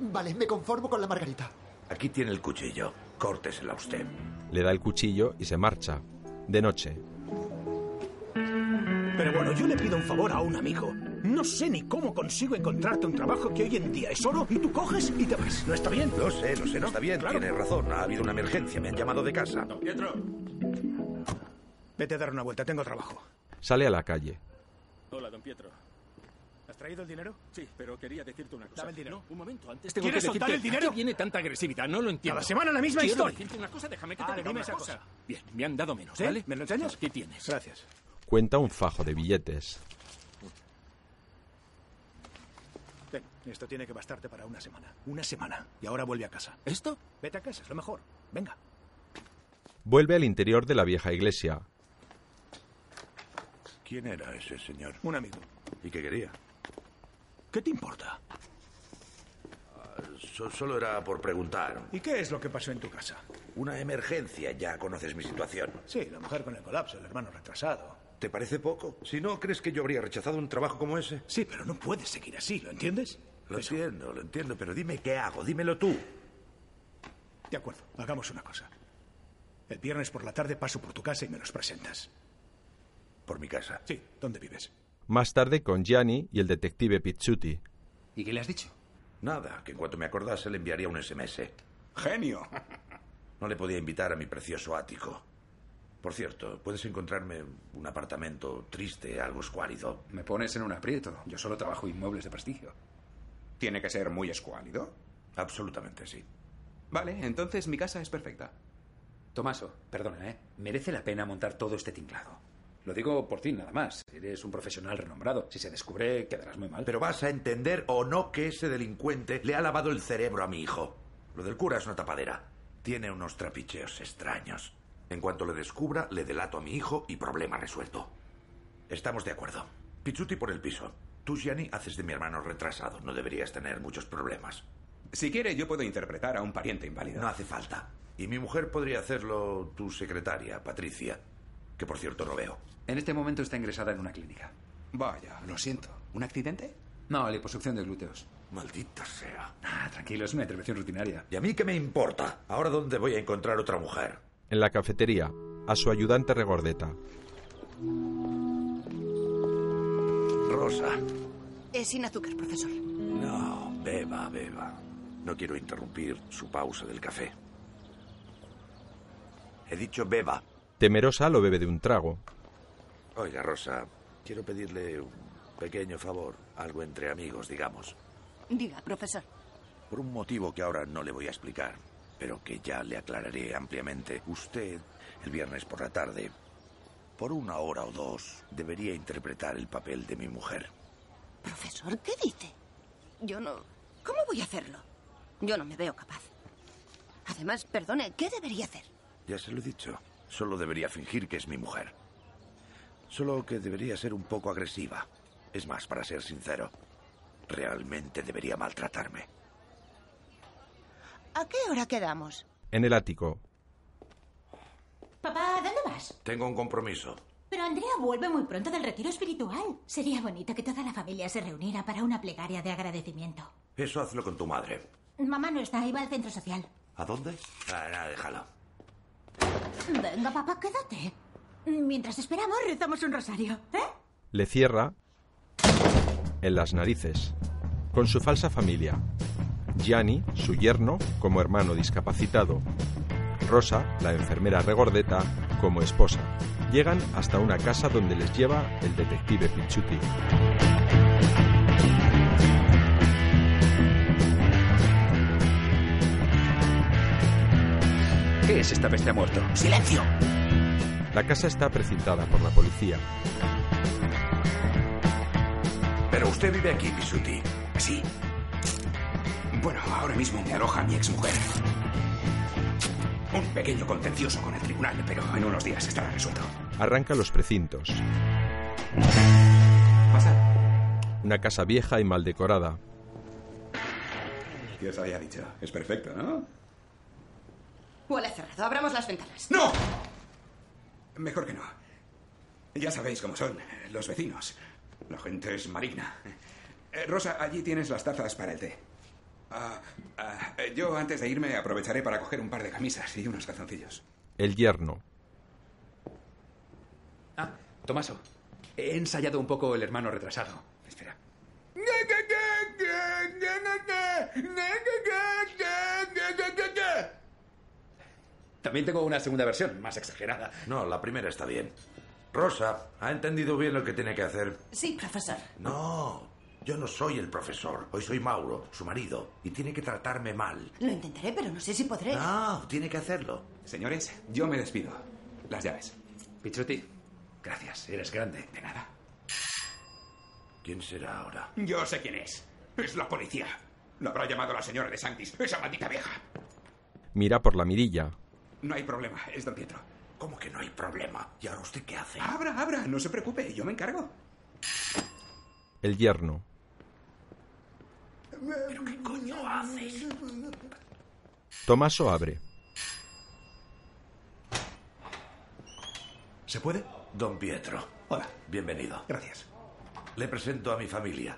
Vale, me conformo con la margarita.
Aquí tiene el cuchillo. Córtesela usted.
Le da el cuchillo y se marcha. De noche.
Pero bueno, yo le pido un favor a un amigo. No sé ni cómo consigo encontrarte un trabajo que hoy en día es oro y tú coges y te vas. ¿No está bien?
Lo sé, lo sé, no está bien. Tiene razón. Ha habido una emergencia. Me han llamado de casa.
Pietro. Vete a dar una vuelta, tengo trabajo.
Sale a la calle.
Hola, don Pietro.
¿Has traído el dinero?
Sí, pero quería decirte una cosa.
Dame el dinero.
No, un momento, antes
¿Quieres soltar el dinero?
¿A qué viene tanta agresividad? No lo entiendo.
Cada semana la misma
Quiero
historia.
decirte una cosa, déjame que
Vale,
te diga
dime
una
esa
cosa.
cosa.
Bien, me han dado menos,
¿Sí?
¿vale?
¿Me lo enseñas?
Aquí tienes.
Gracias.
Cuenta un fajo de billetes.
Ten, esto tiene que bastarte para una semana. Una semana. Y ahora vuelve a casa. ¿Esto? Vete a casa, es lo mejor. Venga.
Vuelve al interior de la vieja iglesia.
¿Quién era ese señor?
Un amigo.
¿Y qué quería?
¿Qué te importa?
So- solo era por preguntar.
¿Y qué es lo que pasó en tu casa?
Una emergencia, ya conoces mi situación.
Sí, la mujer con el colapso, el hermano retrasado.
¿Te parece poco? Si no, ¿crees que yo habría rechazado un trabajo como ese?
Sí, pero no puedes seguir así, ¿lo entiendes?
Lo entiendo, lo entiendo, pero dime qué hago, dímelo tú.
De acuerdo, hagamos una cosa. El viernes por la tarde paso por tu casa y me los presentas.
¿Por mi casa?
Sí, ¿dónde vives?
Más tarde con Gianni y el detective Pizzuti.
¿Y qué le has dicho?
Nada, que en cuanto me acordase le enviaría un SMS.
Genio.
No le podía invitar a mi precioso ático. Por cierto, puedes encontrarme un apartamento triste, algo escuálido.
Me pones en un aprieto. Yo solo trabajo inmuebles de prestigio.
Tiene que ser muy escuálido.
Absolutamente sí.
Vale, entonces mi casa es perfecta.
Tomaso, perdona, ¿eh? Merece la pena montar todo este tinglado. Lo digo por ti, nada más. Eres un profesional renombrado. Si se descubre, quedarás muy mal.
Pero vas a entender o no que ese delincuente le ha lavado el cerebro a mi hijo. Lo del cura es una tapadera. Tiene unos trapicheos extraños. En cuanto le descubra, le delato a mi hijo y problema resuelto. Estamos de acuerdo. Pichuti por el piso. Tú, Gianni, haces de mi hermano retrasado. No deberías tener muchos problemas.
Si quiere, yo puedo interpretar a un pariente inválido.
No hace falta. Y mi mujer podría hacerlo tu secretaria, Patricia, que por cierto no veo.
En este momento está ingresada en una clínica.
Vaya, lo siento. ¿Un accidente?
No, liposucción de glúteos.
Maldita sea.
Ah, tranquilo, es una intervención rutinaria.
¿Y a mí qué me importa? ¿Ahora dónde voy a encontrar otra mujer?
En la cafetería, a su ayudante Regordeta.
Rosa.
Es sin azúcar, profesor.
No, beba, beba. No quiero interrumpir su pausa del café. He dicho beba.
Temerosa lo bebe de un trago.
Oiga, Rosa, quiero pedirle un pequeño favor, algo entre amigos, digamos,
Diga, profesor.
por un motivo que ahora no le voy a explicar, pero que ya le aclararé ampliamente. Usted, el viernes por la tarde, por una hora o dos, debería interpretar el papel de mi mujer.
¿Profesor? ¿Qué dice? Yo no... ¿Cómo voy a hacerlo? Yo no me veo capaz. Además, perdone, ¿qué debería hacer?
Ya se lo he dicho. Solo debería fingir que es mi mujer. Solo que debería ser un poco agresiva. Es más, para ser sincero, realmente debería maltratarme.
¿A qué hora quedamos?
En el ático,
Papá, ¿dónde vas?
Tengo un compromiso.
Pero Andrea vuelve muy pronto del retiro espiritual. Sería bonito que toda la familia se reuniera para una plegaria de agradecimiento.
Eso hazlo con tu madre.
Mamá no está, iba al centro social.
¿A dónde? Ah, nada, déjalo.
Venga, papá, quédate. Mientras esperamos, rezamos un rosario. ¿Eh?
le cierra en las narices con su falsa familia. Gianni, su yerno, como hermano discapacitado. Rosa, la enfermera regordeta, como esposa. Llegan hasta una casa donde les lleva el detective Pichuti.
¿Qué es esta peste a muerto? ¡Silencio!
La casa está precintada por la policía.
Pero usted vive aquí, Pisuti.
Sí. Bueno, ahora mismo me aloja mi exmujer. Un pequeño contencioso con el tribunal, pero en unos días estará resuelto.
Arranca los precintos. Una casa vieja y mal decorada.
Que os había dicho. Es perfecto, ¿no?
Huele cerrado, abramos las ventanas.
¡No! Mejor que no. Ya sabéis cómo son los vecinos. La gente es maligna. Eh, Rosa, allí tienes las tazas para el té. Ah, ah, eh, yo antes de irme aprovecharé para coger un par de camisas y unos calzoncillos.
El yerno.
Ah, Tomaso, he ensayado un poco el hermano retrasado. Espera. También tengo una segunda versión, más exagerada.
No, la primera está bien. Rosa, ¿ha entendido bien lo que tiene que hacer?
Sí, profesor.
No, yo no soy el profesor. Hoy soy Mauro, su marido, y tiene que tratarme mal. Ah,
Lo intentaré, pero no sé si podré.
No, tiene que hacerlo.
Señores, yo me despido. Las llaves.
Pichuti, gracias, eres grande.
De nada.
¿Quién será ahora?
Yo sé quién es. Es la policía. Lo habrá llamado la señora de Santis, esa maldita vieja.
Mira por la mirilla.
No hay problema, es don Pietro. ¿Cómo que no hay problema? ¿Y ahora usted qué hace? Abra, abra, no se preocupe, yo me encargo.
El yerno.
¿Pero qué coño haces?
Tomaso abre.
¿Se puede? Don Pietro. Hola. Bienvenido.
Gracias.
Le presento a mi familia.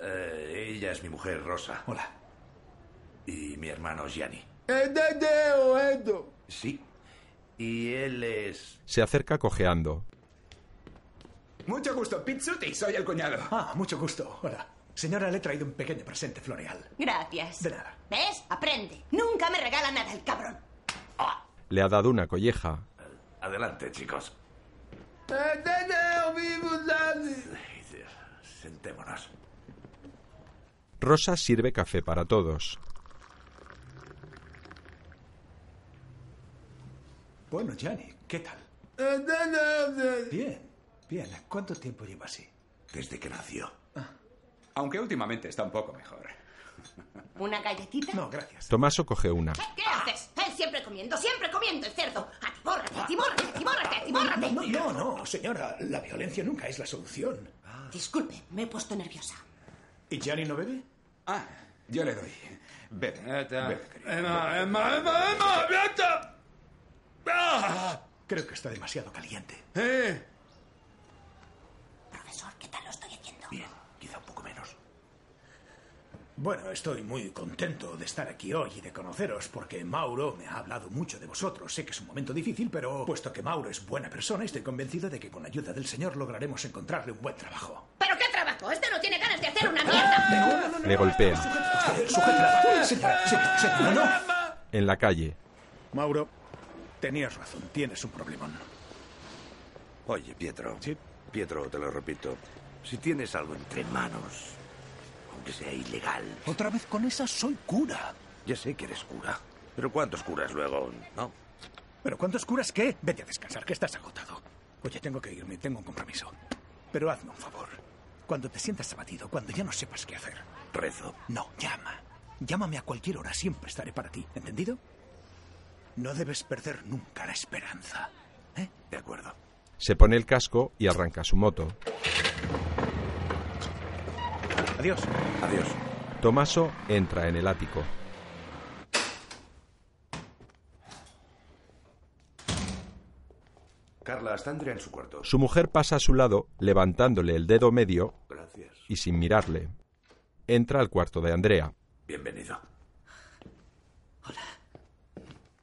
Eh, ella es mi mujer, Rosa. Hola. Y mi hermano Gianni. Sí. Y él es...
Se acerca cojeando.
Mucho gusto, Pizzuti. Soy el cuñado.
Ah, mucho gusto. Hola. Señora, le he traído un pequeño presente floreal.
Gracias.
De nada.
¿Ves? Aprende. Nunca me regala nada el cabrón.
Le ha dado una colleja.
Adelante, chicos. Sentémonos.
Rosa sirve café para todos.
Bueno, Gianni, ¿qué tal? Bien, bien. ¿Cuánto tiempo lleva así?
Desde que nació. Ah. Aunque últimamente está un poco mejor.
¿Una galletita?
No, gracias.
Tomaso coge una.
¿Qué haces? Él siempre comiendo, siempre comiendo el cerdo. Atibórrate, atibórrate, atibórrate, atibórrate.
No, no, no, señora. La violencia nunca es la solución.
Ah. Disculpe, me he puesto nerviosa.
¿Y Gianni no bebe?
Ah, yo le doy. Bebe. Bebe, querido.
Emma, Emma, Emma, Emma, vete. Ah, Creo que está demasiado caliente. ¿Eh?
Profesor, ¿qué tal lo estoy haciendo?
Bien, quizá un poco menos. Bueno, estoy muy contento de estar aquí hoy y de conoceros porque Mauro me ha hablado mucho de vosotros. Sé que es un momento difícil, pero puesto que Mauro es buena persona, estoy convencido de que con la ayuda del Señor lograremos encontrarle un buen trabajo.
¿Pero qué trabajo? Este no tiene ganas de hacer una mierda.
Le golpea. Ah.
Sujétela. Eh, Señora, sí, sí, no, no.
En la calle.
Mauro, tenías razón, tienes un problemón.
Oye, Pietro. Pietro, te lo repito. Si tienes algo entre manos, aunque sea ilegal.
Otra vez con esa soy cura.
Ya sé que eres cura. Pero ¿cuántos curas luego? No.
¿Pero cuántos curas qué? Vete a descansar, que estás agotado. Oye, tengo que irme, tengo un compromiso. Pero hazme un favor. Cuando te sientas abatido, cuando ya no sepas qué hacer,
Rezo.
no, llama. Llámame a cualquier hora, siempre estaré para ti, ¿entendido? No debes perder nunca la esperanza.
De acuerdo.
Se pone el casco y arranca su moto.
Adiós.
Adiós.
Tomaso entra en el ático.
Carla, está Andrea en su cuarto.
Su mujer pasa a su lado, levantándole el dedo medio
Gracias.
y sin mirarle. Entra al cuarto de Andrea.
Bienvenido.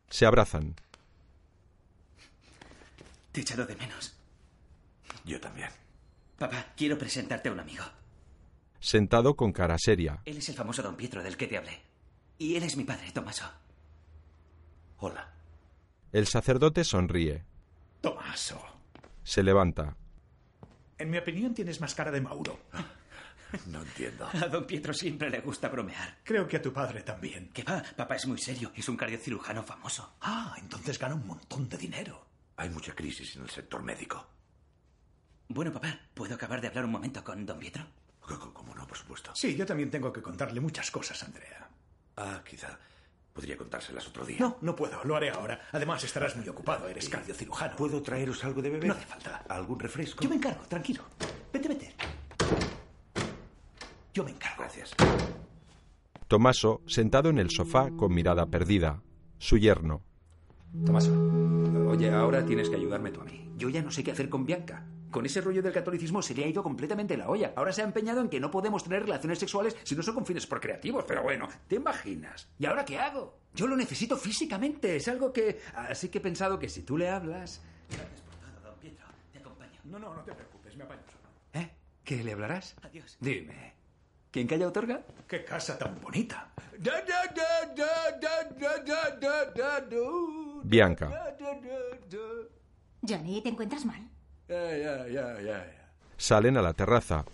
Se abrazan.
Te he echado de menos.
Yo también.
Papá, quiero presentarte a un amigo.
Sentado con cara seria.
Él es el famoso don Pietro del que te hablé. Y él es mi padre, Tomaso.
Hola.
El sacerdote sonríe.
Tomaso.
Se levanta.
En mi opinión, tienes más cara de Mauro.
No entiendo.
A don Pietro siempre le gusta bromear.
Creo que a tu padre también.
¿Qué va? Papá es muy serio. Es un cardiocirujano famoso.
Ah, entonces gana un montón de dinero.
Hay mucha crisis en el sector médico.
Bueno, papá, ¿puedo acabar de hablar un momento con don Pietro?
C- c- ¿Cómo no, por supuesto?
Sí, yo también tengo que contarle muchas cosas, Andrea.
Ah, quizá podría contárselas otro día.
No, no puedo, lo haré ahora. Además, estarás muy ocupado, eres cardiocirujano.
¿Puedo traeros algo de beber?
No hace falta.
¿Algún refresco?
Yo me encargo, tranquilo. Vete, vete. Yo me encargo.
Gracias.
Tomaso, sentado en el sofá con mirada perdida. Su yerno.
Tomás, oye, ahora tienes que ayudarme tú a mí. Yo ya no sé qué hacer con Bianca. Con ese rollo del catolicismo se le ha ido completamente la olla. Ahora se ha empeñado en que no podemos tener relaciones sexuales si no son con fines procreativos. Pero bueno, ¿te imaginas? ¿Y ahora qué hago? Yo lo necesito físicamente. Es algo que... Así que he pensado que si tú le hablas...
Gracias por todo, don Pietro. Te acompaño.
No, no, no te preocupes, me apaño solo.
¿Eh? ¿Qué le hablarás?
Adiós.
Dime. ¿Quién calla otorga?
¡Qué casa tan bonita!
Bianca.
Johnny, ¿te encuentras mal?
Salen a la terraza.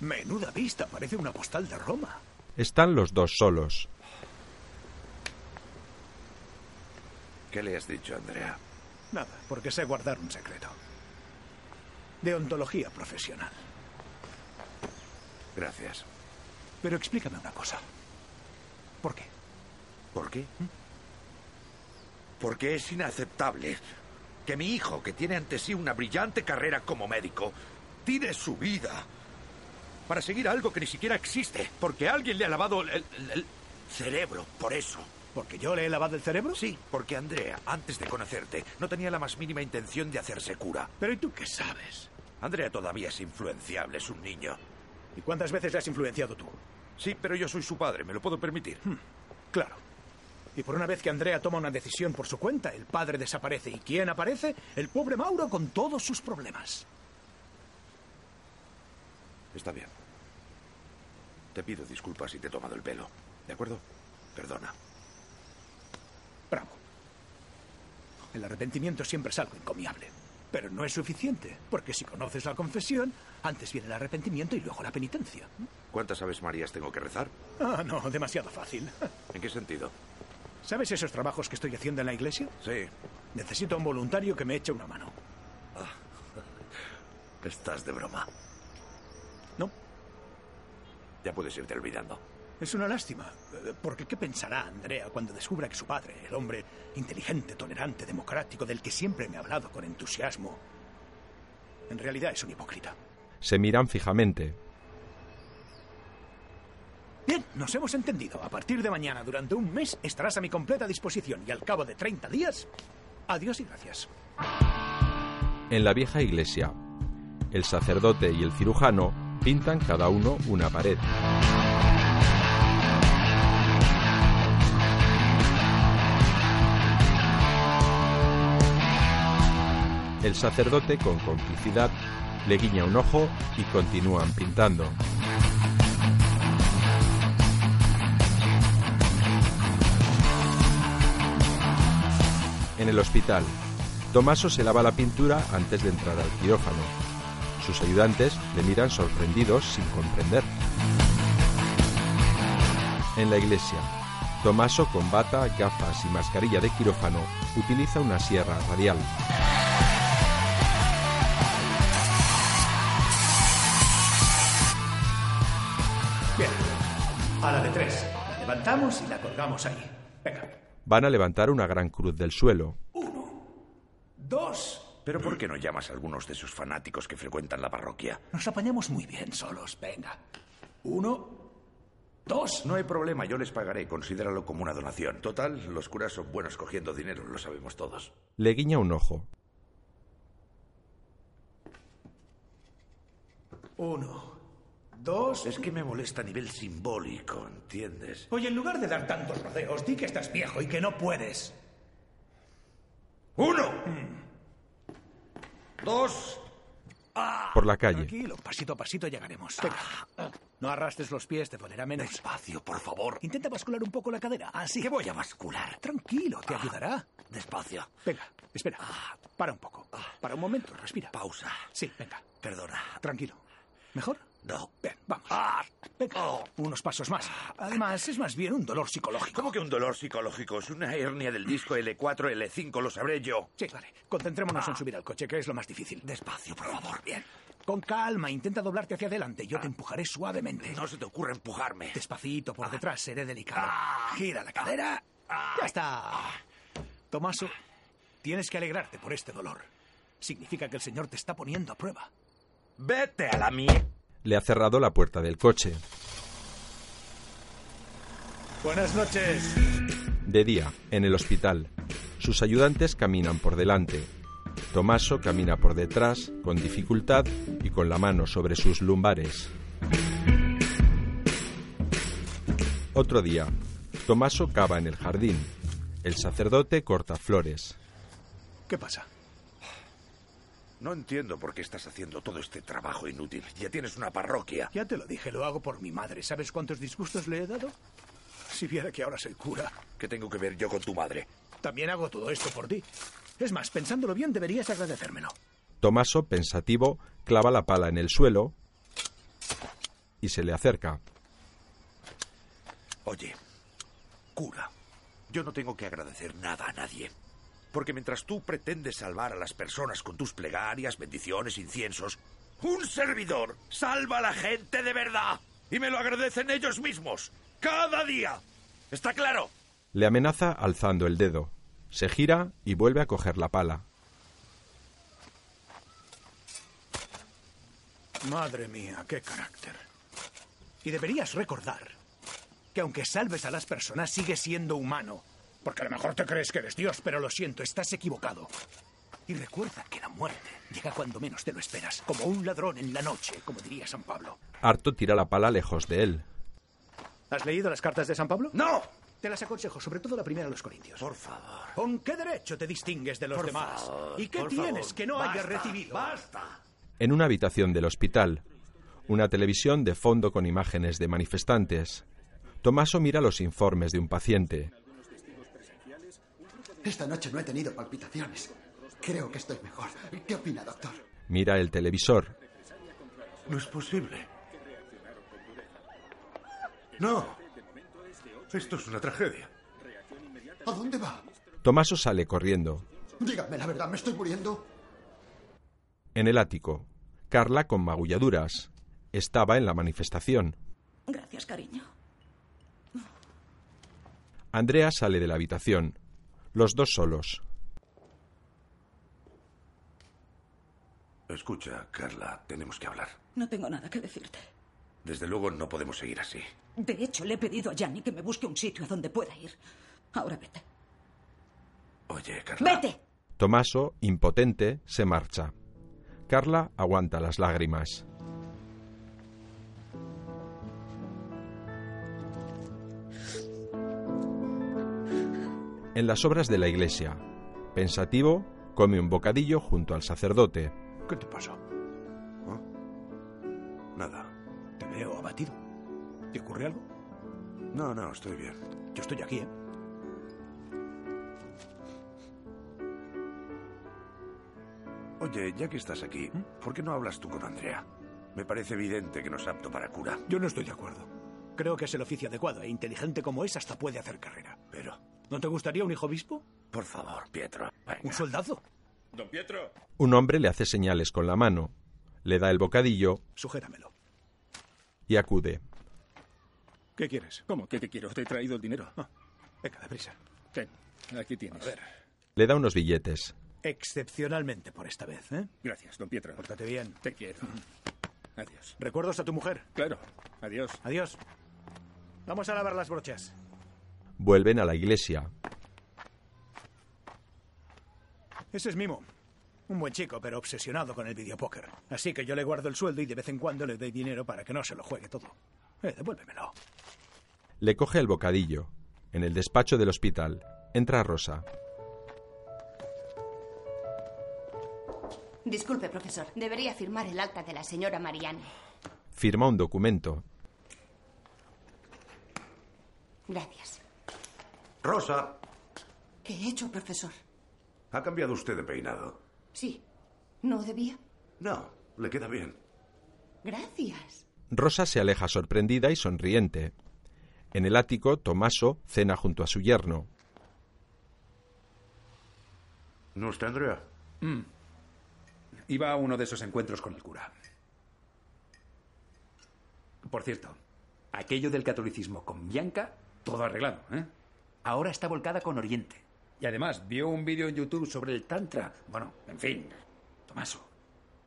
Menuda vista, parece una postal de Roma.
Están los dos solos.
¿Qué le has dicho, Andrea?
Nada, porque sé guardar un secreto. De ontología profesional.
Gracias.
Pero explícame una cosa. ¿Por qué?
¿Por qué? Porque es inaceptable que mi hijo, que tiene ante sí una brillante carrera como médico, tire su vida para seguir algo que ni siquiera existe, porque alguien le ha lavado el, el- el cerebro por eso.
¿Porque yo le he lavado el cerebro?
Sí, porque Andrea, antes de conocerte, no tenía la más mínima intención de hacerse cura.
Pero ¿y tú qué sabes?
Andrea todavía es influenciable, es un niño.
¿Y cuántas veces le has influenciado tú? Hmm,
Sí, pero yo soy su padre, me lo puedo permitir.
Claro. Y por una vez que Andrea toma una decisión por su cuenta, el padre desaparece. ¿Y quién aparece? El pobre Mauro con todos sus problemas.
Está bien. Te pido disculpas si te he tomado el pelo. ¿De acuerdo? Perdona.
Bravo. El arrepentimiento siempre es algo encomiable. Pero no es suficiente, porque si conoces la confesión, antes viene el arrepentimiento y luego la penitencia.
¿Cuántas Aves Marías tengo que rezar?
Ah, no, demasiado fácil. (laughs)
¿En qué sentido?
¿Sabes esos trabajos que estoy haciendo en la iglesia?
Sí.
Necesito a un voluntario que me eche una mano.
(laughs) Estás de broma.
No.
Ya puedes irte olvidando.
Es una lástima, eh, porque ¿qué pensará Andrea cuando descubra que su padre, el hombre inteligente, tolerante, democrático, del que siempre me ha hablado con entusiasmo, en realidad es un hipócrita?
Se miran fijamente.
Bien, nos hemos entendido. A partir de mañana, durante un mes, estarás a mi completa disposición y al cabo de 30 días, adiós y gracias.
En la vieja iglesia, el sacerdote y el cirujano pintan cada uno una pared. El sacerdote, con complicidad, le guiña un ojo y continúan pintando. En el hospital, Tomaso se lava la pintura antes de entrar al quirófano. Sus ayudantes le miran sorprendidos sin comprender. En la iglesia, Tomaso con bata, gafas y mascarilla de quirófano utiliza una sierra radial.
Bien, a la de tres. La levantamos y la colgamos ahí.
Van a levantar una gran cruz del suelo.
Dos.
¿Pero por qué no llamas a algunos de esos fanáticos que frecuentan la parroquia?
Nos apañamos muy bien solos, venga. Uno. Dos.
No hay problema, yo les pagaré. Considéralo como una donación. Total, los curas son buenos cogiendo dinero, lo sabemos todos.
Le guiña un ojo.
Uno. Dos.
Es que me molesta a nivel simbólico, ¿entiendes?
Oye, en lugar de dar tantos rodeos, di que estás viejo y que no puedes.
¡Uno! ¡Dos!
Por la calle.
Mm. Tranquilo, pasito a pasito llegaremos. Venga. Ah. No arrastres los pies, te dolerá menos.
Despacio, por favor.
Intenta bascular un poco la cadera. Así.
¿Qué voy a bascular?
Tranquilo, te ayudará.
Despacio.
Venga, espera. Para un poco. Para un momento, respira.
Pausa.
Sí, venga.
Perdona.
Tranquilo. ¿Mejor?
No.
Bien, vamos. Venga. Unos pasos más. Además, es más bien un dolor psicológico.
¿Cómo que un dolor psicológico? Es una hernia del disco L4, L5, lo sabré yo.
Sí, vale. Concentrémonos
Ah.
en subir al coche, que es lo más difícil.
Despacio, por favor.
Bien. Con calma, intenta doblarte hacia adelante. Yo te empujaré suavemente.
Ah. No se te ocurre empujarme. Ah.
Despacito, por detrás, seré delicado. Gira la cadera. Ya está. Tomaso, tienes que alegrarte por este dolor. Significa que el Señor te está poniendo a prueba.
¡Vete a la mierda!
Le ha cerrado la puerta del coche.
Buenas noches.
De día, en el hospital, sus ayudantes caminan por delante. Tomaso camina por detrás, con dificultad y con la mano sobre sus lumbares. Otro día, Tomaso cava en el jardín. El sacerdote corta flores.
¿Qué pasa?
No entiendo por qué estás haciendo todo este trabajo inútil. Ya tienes una parroquia.
Ya te lo dije, lo hago por mi madre. ¿Sabes cuántos disgustos le he dado? Si viera que ahora soy cura.
¿Qué tengo que ver yo con tu madre?
También hago todo esto por ti. Es más, pensándolo bien, deberías agradecérmelo.
Tomaso, pensativo, clava la pala en el suelo y se le acerca.
Oye, cura, yo no tengo que agradecer nada a nadie. Porque mientras tú pretendes salvar a las personas con tus plegarias, bendiciones, inciensos, un servidor salva a la gente de verdad.
Y me lo agradecen ellos mismos. Cada día. ¿Está claro?
Le amenaza alzando el dedo. Se gira y vuelve a coger la pala.
Madre mía, qué carácter. Y deberías recordar que aunque salves a las personas, sigues siendo humano. Porque a lo mejor te crees que eres Dios, pero lo siento, estás equivocado. Y recuerda que la muerte llega cuando menos te lo esperas, como un ladrón en la noche, como diría San Pablo.
Harto tira la pala lejos de él.
¿Has leído las cartas de San Pablo?
¡No!
Te las aconsejo, sobre todo la primera a los Corintios.
Por favor.
¿Con qué derecho te distingues de los
Por
demás?
favor,
¿Y qué
por
tienes
favor,
que no hayas
basta,
recibido?
basta.
En una habitación del hospital, una televisión de fondo con imágenes de manifestantes. Tomaso mira los informes de un paciente.
Esta noche no he tenido palpitaciones. Creo que estoy mejor. ¿Qué opina, doctor?
Mira el televisor.
No es posible. No. Esto es una tragedia.
¿A dónde va?
Tomaso sale corriendo.
Dígame la verdad, ¿me estoy muriendo?
En el ático, Carla con magulladuras. Estaba en la manifestación.
Gracias, cariño.
Andrea sale de la habitación. Los dos solos.
Escucha, Carla, tenemos que hablar.
No tengo nada que decirte.
Desde luego no podemos seguir así.
De hecho, le he pedido a Yanni que me busque un sitio a donde pueda ir. Ahora vete.
Oye, Carla.
¡Vete!
Tomaso, impotente, se marcha. Carla aguanta las lágrimas. En las obras de la iglesia, pensativo, come un bocadillo junto al sacerdote.
¿Qué te pasó?
Nada.
Te veo abatido. ¿Te ocurre algo?
No, no, estoy bien.
Yo estoy aquí, ¿eh?
Oye, ya que estás aquí,
¿Mm?
¿por qué no hablas tú con Andrea? Me parece evidente que no es apto para cura.
Yo no estoy de acuerdo. Creo que es el oficio adecuado e inteligente como es hasta puede hacer carrera.
Pero,
¿No te gustaría un hijo obispo?
por favor, Pietro.
¿Un soldazo?
Don Pietro.
Un hombre le hace señales con la mano, le da el bocadillo
Sujéramelo.
y acude.
¿Qué quieres? Ah.
¿Cómo que qué quiero? Te he traído el dinero.
venga, deprisa.
Ten, aquí tienes. A ver.
Le da unos billetes.
Excepcionalmente por esta vez, ¿eh?
Gracias, don Pietro.
Pórtate bien.
Te quiero. Adiós.
¿Recuerdos a tu mujer?
Claro. Adiós.
Adiós. Vamos a lavar las brochas.
Vuelven a la iglesia.
Ese es Mimo. Un buen chico, pero obsesionado con el videopóker. Así que yo le guardo el sueldo y de vez en cuando le doy dinero para que no se lo juegue todo. Eh, devuélvemelo.
Le coge el bocadillo. En el despacho del hospital, entra Rosa.
Disculpe, profesor. Debería firmar el acta de la señora Mariani.
Firma un documento.
Gracias.
Rosa,
¿Qué he hecho, profesor?
¿ha cambiado usted de peinado?
Sí. ¿No debía?
No, le queda bien.
Gracias.
Rosa se aleja sorprendida y sonriente. En el ático, Tomaso cena junto a su yerno.
¿No está Andrea?
Mm. Iba a uno de esos encuentros con el cura. Por cierto, aquello del catolicismo con Bianca, todo arreglado, ¿eh? Ahora está volcada con Oriente. Y además vio un vídeo en YouTube sobre el Tantra. Bueno, en fin, Tomaso,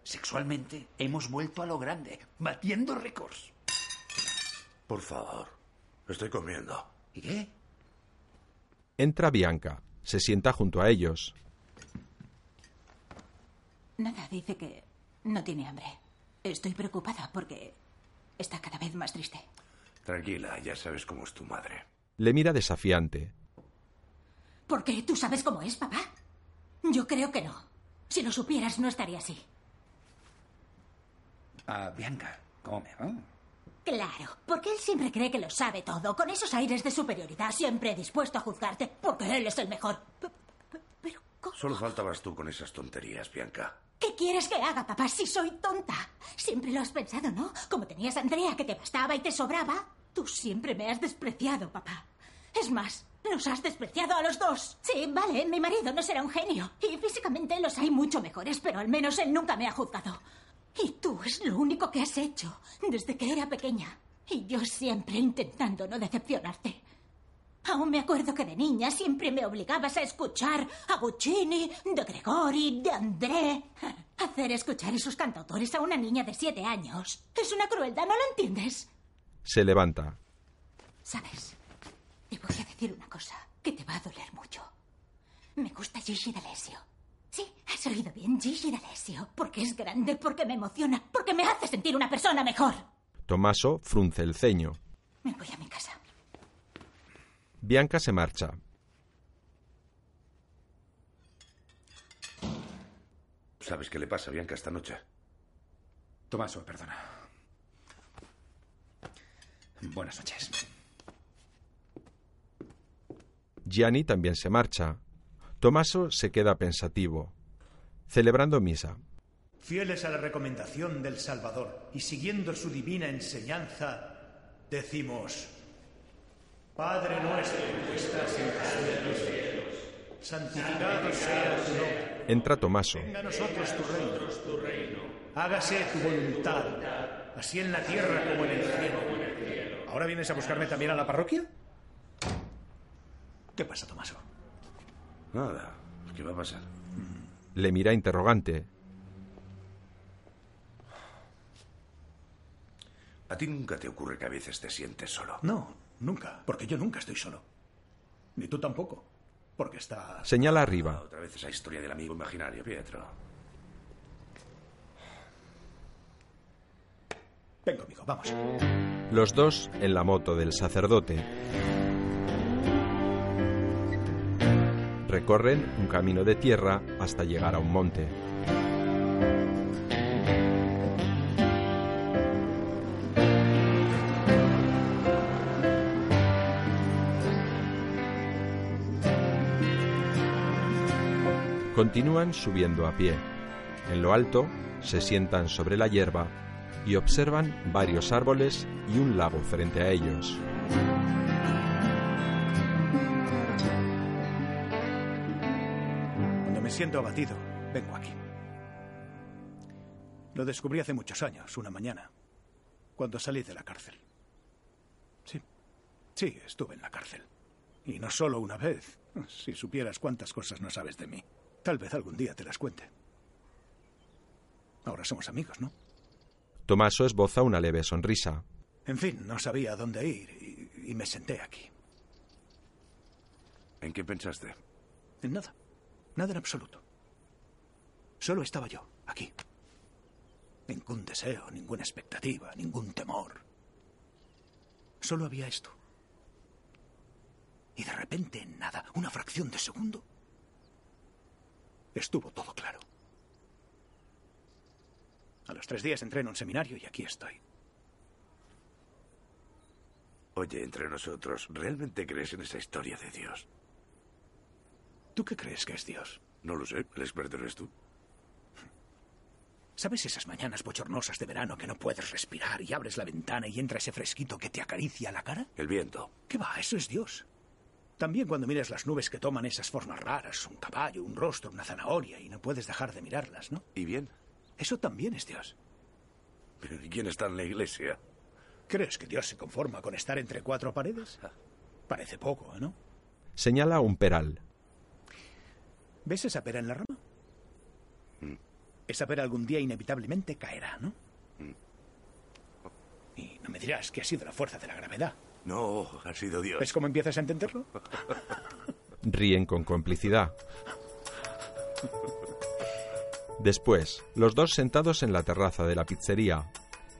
sexualmente hemos vuelto a lo grande, batiendo récords.
Por favor, estoy comiendo.
¿Y qué?
Entra Bianca. Se sienta junto a ellos.
Nada, dice que no tiene hambre. Estoy preocupada porque está cada vez más triste.
Tranquila, ya sabes cómo es tu madre.
Le mira desafiante.
¿Por qué? ¿Tú sabes cómo es, papá? Yo creo que no. Si lo supieras, no estaría así.
A Ah, Bianca, ¿cómo me va?
Claro, porque él siempre cree que lo sabe todo, con esos aires de superioridad, siempre dispuesto a juzgarte, porque él es el mejor.
Solo faltabas tú con esas tonterías, Bianca.
¿Qué quieres que haga, papá, si soy tonta? Siempre lo has pensado, ¿no? Como tenías a Andrea que te bastaba y te sobraba, tú siempre me has despreciado, papá. Es más, los has despreciado a los dos. Sí, vale, mi marido no será un genio. Y físicamente los hay mucho mejores, pero al menos él nunca me ha juzgado. Y tú es lo único que has hecho desde que era pequeña. Y yo siempre intentando no decepcionarte. Aún me acuerdo que de niña siempre me obligabas a escuchar a Guccini, de Gregori, de André. Hacer escuchar esos cantautores a una niña de siete años es una crueldad, ¿no lo entiendes?
Se levanta.
¿Sabes? Te voy a decir una cosa que te va a doler mucho. Me gusta Gigi D'Alessio. Sí, has oído bien, Gigi D'Alessio. Porque es grande, porque me emociona, porque me hace sentir una persona mejor.
Tomaso frunce el ceño.
Me voy a mi casa.
Bianca se marcha.
¿Sabes qué le pasa a Bianca esta noche?
Tomaso, perdona. Buenas noches.
Gianni también se marcha. Tomaso se queda pensativo, celebrando misa.
Fieles a la recomendación del Salvador y siguiendo su divina enseñanza, decimos, Padre nuestro que estás en los cielos, santificado sea tu nombre.
Entra Tomaso.
Venga a nosotros tu reino. Hágase tu voluntad, así en la tierra como en el cielo.
¿Ahora vienes a buscarme también a la parroquia? ¿Qué pasa, Tomaso?
Nada. ¿Qué va a pasar?
Le mira interrogante.
¿A ti nunca te ocurre que a veces te sientes solo?
No, nunca, porque yo nunca estoy solo. Ni tú tampoco, porque está...
Señala arriba.
Ah, Otra vez esa historia del amigo imaginario, Pietro.
Ven conmigo, vamos.
Los dos en la moto del sacerdote. Recorren un camino de tierra hasta llegar a un monte. Continúan subiendo a pie. En lo alto se sientan sobre la hierba y observan varios árboles y un lago frente a ellos.
Cuando me siento abatido, vengo aquí. Lo descubrí hace muchos años, una mañana, cuando salí de la cárcel. Sí, sí, estuve en la cárcel. Y no solo una vez. Si supieras cuántas cosas no sabes de mí. Tal vez algún día te las cuente. Ahora somos amigos, ¿no?
Tomaso esboza una leve sonrisa.
En fin, no sabía a dónde ir y, y me senté aquí.
¿En qué pensaste?
En nada. Nada en absoluto. Solo estaba yo, aquí. Ningún deseo, ninguna expectativa, ningún temor. Solo había esto. Y de repente, en nada, una fracción de segundo, estuvo todo claro. A los tres días entré en un seminario y aquí estoy.
Oye, entre nosotros, ¿realmente crees en esa historia de Dios?
¿Tú qué crees que es Dios?
No lo sé, el experto eres tú.
¿Sabes esas mañanas bochornosas de verano que no puedes respirar y abres la ventana y entra ese fresquito que te acaricia la cara?
El viento. (laughs)
¿Qué va? Eso es Dios. También cuando miras las nubes que toman esas formas raras, un caballo, un rostro, una zanahoria, y no puedes dejar de mirarlas, ¿no?
¿Y bien?
Eso también es Dios.
¿Pero ¿y quién está en la iglesia?
¿Crees que Dios se conforma con estar entre cuatro paredes?
Ah.
Parece poco, ¿no?
Señala un peral.
¿Ves esa pera en la rama?
Mm.
Esa pera algún día inevitablemente caerá, ¿no?
Mm. Oh.
Y no me dirás que ha sido la fuerza de la gravedad.
No, ha sido Dios. Oh.
¿Ves cómo empiezas a entenderlo?
Ríen con complicidad. Después, los dos sentados en la terraza de la pizzería.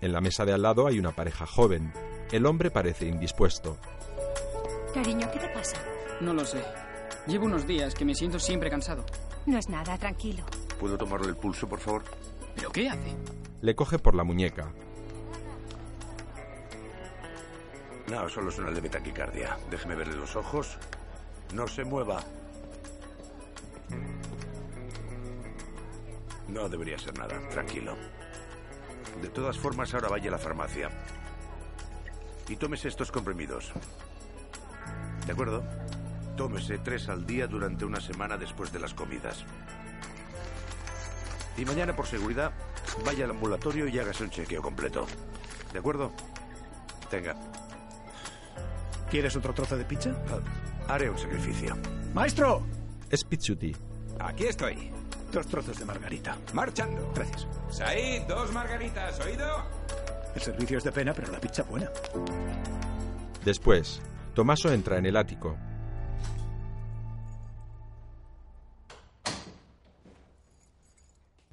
En la mesa de al lado hay una pareja joven. El hombre parece indispuesto.
Cariño, ¿qué te pasa?
No lo sé. Llevo unos días que me siento siempre cansado.
No es nada, tranquilo.
¿Puedo tomarle el pulso, por favor?
¿Pero qué hace?
Le coge por la muñeca.
No, solo es una leve taquicardia. Déjeme verle los ojos. No se mueva. No debería ser nada, tranquilo. De todas formas, ahora vaya a la farmacia. Y tómese estos comprimidos. ¿De acuerdo? Tómese tres al día durante una semana después de las comidas. Y mañana, por seguridad, vaya al ambulatorio y hágase un chequeo completo. ¿De acuerdo?
Tenga.
¿Quieres otro trozo de pizza?
Ah, Haré un sacrificio.
¡Maestro!
Es Pizzuti.
Aquí estoy.
Dos trozos de margarita.
Marchando.
Gracias.
Said, dos margaritas, ¿oído?
El servicio es de pena, pero la pizza es buena.
Después, Tomaso entra en el ático.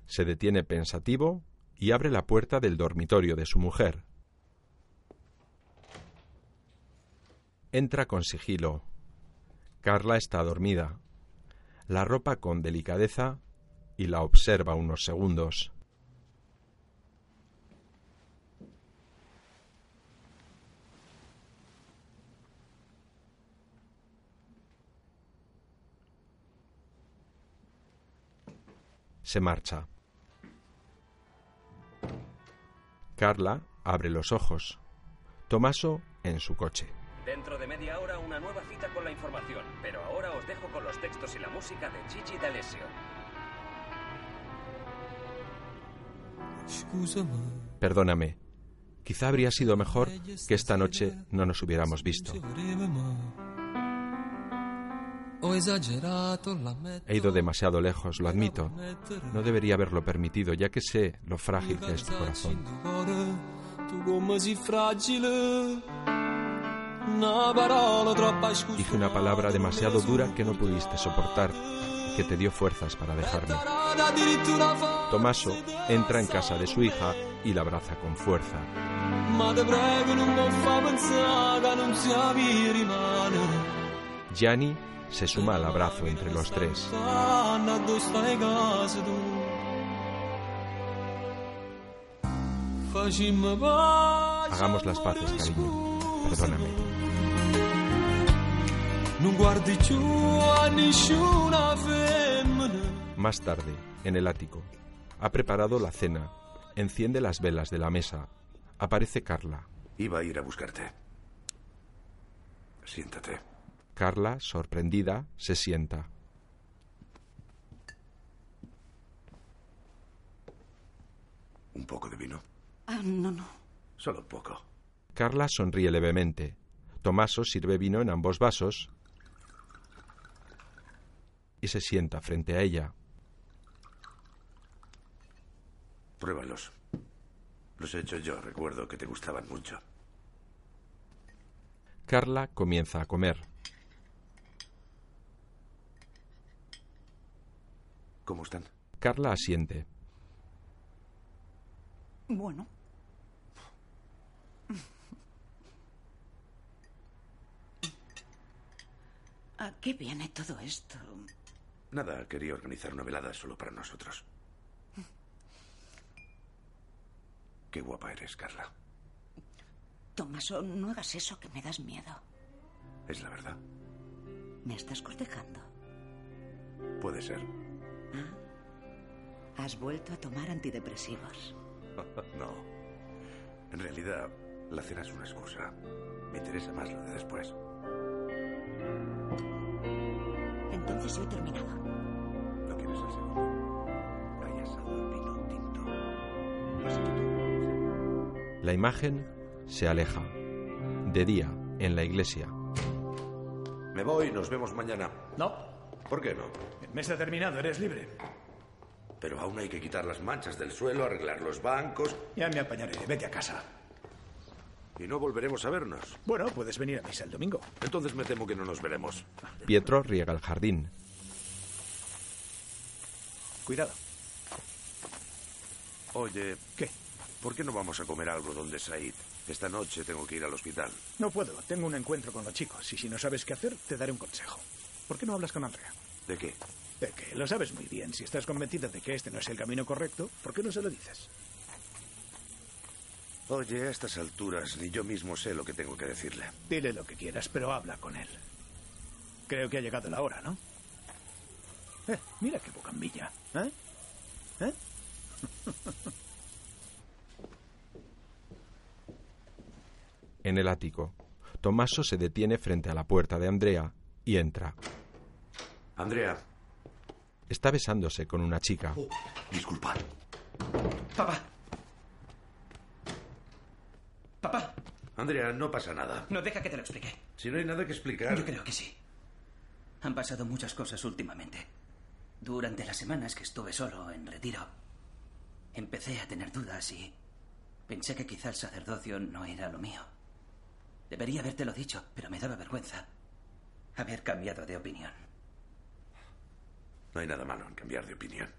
Se detiene pensativo y abre la puerta del dormitorio de su mujer. Entra con sigilo. Carla está dormida. La ropa con delicadeza y la observa unos segundos. Se marcha. Carla abre los ojos. Tomaso en su coche.
Dentro de media hora una nueva cita con la información, pero ahora os dejo con los textos y la música de Gigi D'Alessio.
Perdóname. Quizá habría sido mejor que esta noche no nos hubiéramos visto.
Ho esagerato,
He ido demasiado lejos, lo admito. No debería haberlo permitido, ya que sé lo frágil que es tu corazón.
cuore, tu gomma si fragile. Una parola troppa scusa.
Dije una palabra demasiado dura que no pudiste soportar y que te dio fuerzas para dejarme.
Addirittura fa.
Tomaso entra en casa de su hija y la abraza con fuerza.
Ma te prego, non mi fa pensare che non sapevi rimanere.
Gianni se suma al abrazo entre los tres.
Anna, dove stai casa tu? Facimmo pace.
Hagamos las paces, cariño. Perdóname.
Non guardi più a nessuna femmina.
Más tarde, en el ático, ha preparado la cena, enciende las velas de la mesa. Aparece Carla.
Iba a ir a buscarte. Siéntate.
Carla, sorprendida, se sienta.
Un poco de vino.
Ah, no, no.
Solo un poco.
Carla sonríe levemente. Tomaso sirve vino en ambos vasos y se sienta frente a ella.
Pruébalos. Los he hecho yo. Recuerdo que te gustaban mucho.
Carla comienza a comer.
¿Cómo están?
Carla asiente.
Bueno. ¿A qué viene todo esto?
Nada, quería organizar una velada solo para nosotros. Qué guapa eres, Carla.
Tomaso, no hagas eso que me das miedo.
Es la verdad.
Me estás cortejando.
Puede ser. (laughs)
Has vuelto a tomar antidepresivos.
no. En realidad, la cena es una excusa. Me interesa más lo de después.
Entonces yo he terminado.
¿No quieres el segundo? Hay asado, vino, tinto. Así que tú.
La imagen se aleja. De día, en la iglesia.
Me voy, nos vemos mañana.
No,
¿Por qué no?
el mes ha terminado, eres libre.
Pero aún hay que quitar las manchas del suelo, arreglar los bancos
Ya me apañaré, vete a casa.
y no volveremos a vernos.
Bueno, puedes venir a misa el domingo.
Entonces me temo que no nos veremos.
Pietro riega el jardín.
Cuidado.
Oye,
¿Qué?
¿por qué no vamos a comer algo donde Said? Esta noche tengo que ir al hospital.
No puedo, tengo un encuentro con los chicos y si no sabes qué hacer, te daré un consejo. ¿Por qué no hablas con Andrea?
¿De qué?
De que lo sabes muy bien. Si estás convencida de que este no es el camino correcto, ¿por qué no se lo dices?
Oye, a estas alturas ni yo mismo sé lo que tengo que decirle.
Dile lo que quieras, pero habla con él. Creo que ha llegado la hora, ¿no? Eh, mira qué bocambilla. ¿Eh? ¿Eh?
En el ático, Tomaso se detiene frente a la puerta de Andrea y entra.
Andrea,
Está besándose con una chica.
disculpa.
Papá.
¿Ah?
Papá.
Andrea, no pasa nada.
No, deja que te lo explique.
Si no hay nada que explicar.
Yo creo que sí. Han pasado muchas cosas últimamente. Durante las semanas que estuve solo en retiro, empecé a tener dudas y pensé que quizá el sacerdocio no era lo mío. Debería habértelo dicho, pero me daba vergüenza haber cambiado de opinión.
No hay nada malo en cambiar de opinión.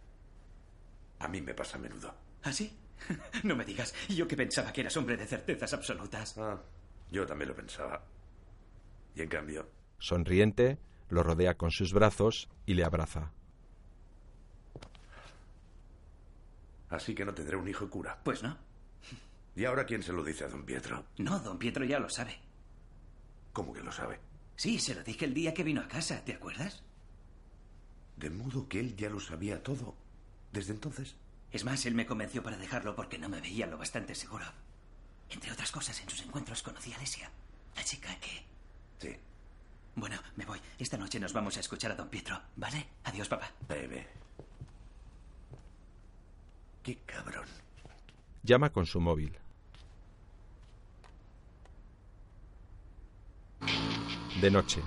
A mí me pasa a menudo.
¿Ah, sí? (laughs) No me digas, yo que pensaba que eras hombre de certezas absolutas.
Ah, yo también lo pensaba. Y en cambio,
Sonriente, lo rodea con sus brazos y le abraza.
así que no tendré un hijo cura.
Pues no.
¿Y ahora quién se lo dice a don Pietro?
No, don Pietro ya lo sabe.
¿Cómo que lo sabe?
Sí, se lo dije el día que vino a casa, ¿te acuerdas?
De modo que él ya lo sabía todo. Desde entonces.
Es más, él me convenció para dejarlo porque no me veía lo bastante seguro. Entre otras cosas, en sus encuentros conocí a Alesia, la chica que...
Sí.
Bueno, me voy. Esta noche nos vamos a escuchar a don Pietro, ¿vale? Adiós, papá.
Bebe. Qué cabrón.
Llama con su móvil. De noche.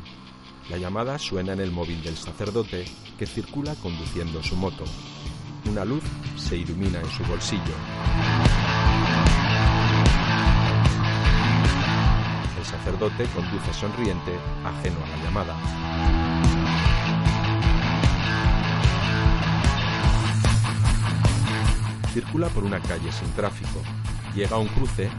La llamada suena en el móvil del sacerdote que circula conduciendo su moto. Una luz se ilumina en su bolsillo. El sacerdote conduce sonriente, ajeno a la llamada. Circula por una calle sin tráfico. Llega a un cruce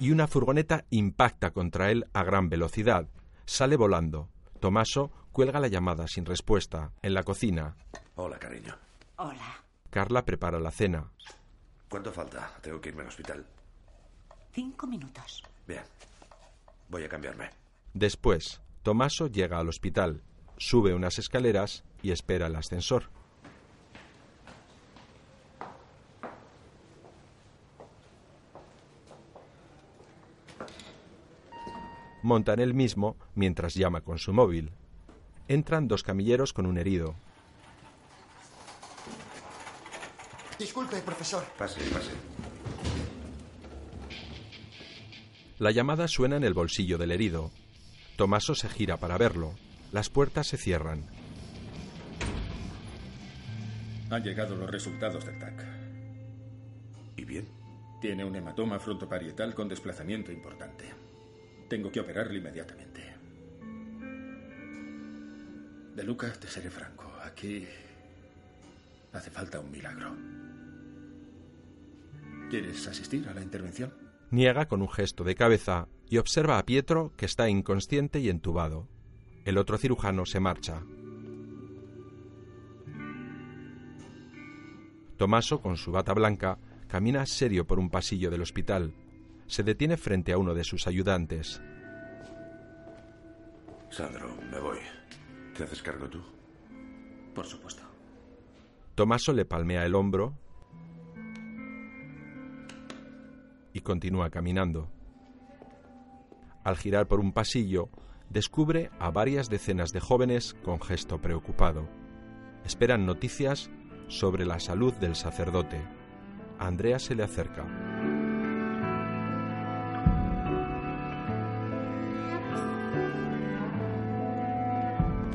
y una furgoneta impacta contra él a gran velocidad. Sale volando. Tomaso cuelga la llamada sin respuesta en la cocina.
Hola, cariño.
Hola.
Carla prepara la cena.
¿Cuánto falta? Tengo que irme al hospital.
Cinco minutos.
Bien. Voy a cambiarme.
Después, Tomaso llega al hospital, sube unas escaleras y espera el ascensor. Montan él mismo mientras llama con su móvil. Entran dos camilleros con un herido.
Disculpe, profesor.
Pase, pase.
La llamada suena en el bolsillo del herido. Tomaso se gira para verlo. Las puertas se cierran.
Han llegado los resultados del TAC.
¿Y bien?
Tiene un hematoma frontoparietal con desplazamiento importante. Tengo que operarle inmediatamente. De Luca, te seré franco. Aquí hace falta un milagro. ¿Quieres asistir a la intervención?
Niega con un gesto de cabeza y observa a Pietro que está inconsciente y entubado. El otro cirujano se marcha. Tomaso, con su bata blanca, camina serio por un pasillo del hospital. Se detiene frente a uno de sus ayudantes.
Sandro, me voy. ¿Te haces cargo tú?
Por supuesto.
Tomaso le palmea el hombro y continúa caminando. Al girar por un pasillo, descubre a varias decenas de jóvenes con gesto preocupado. Esperan noticias sobre la salud del sacerdote. Andrea se le acerca.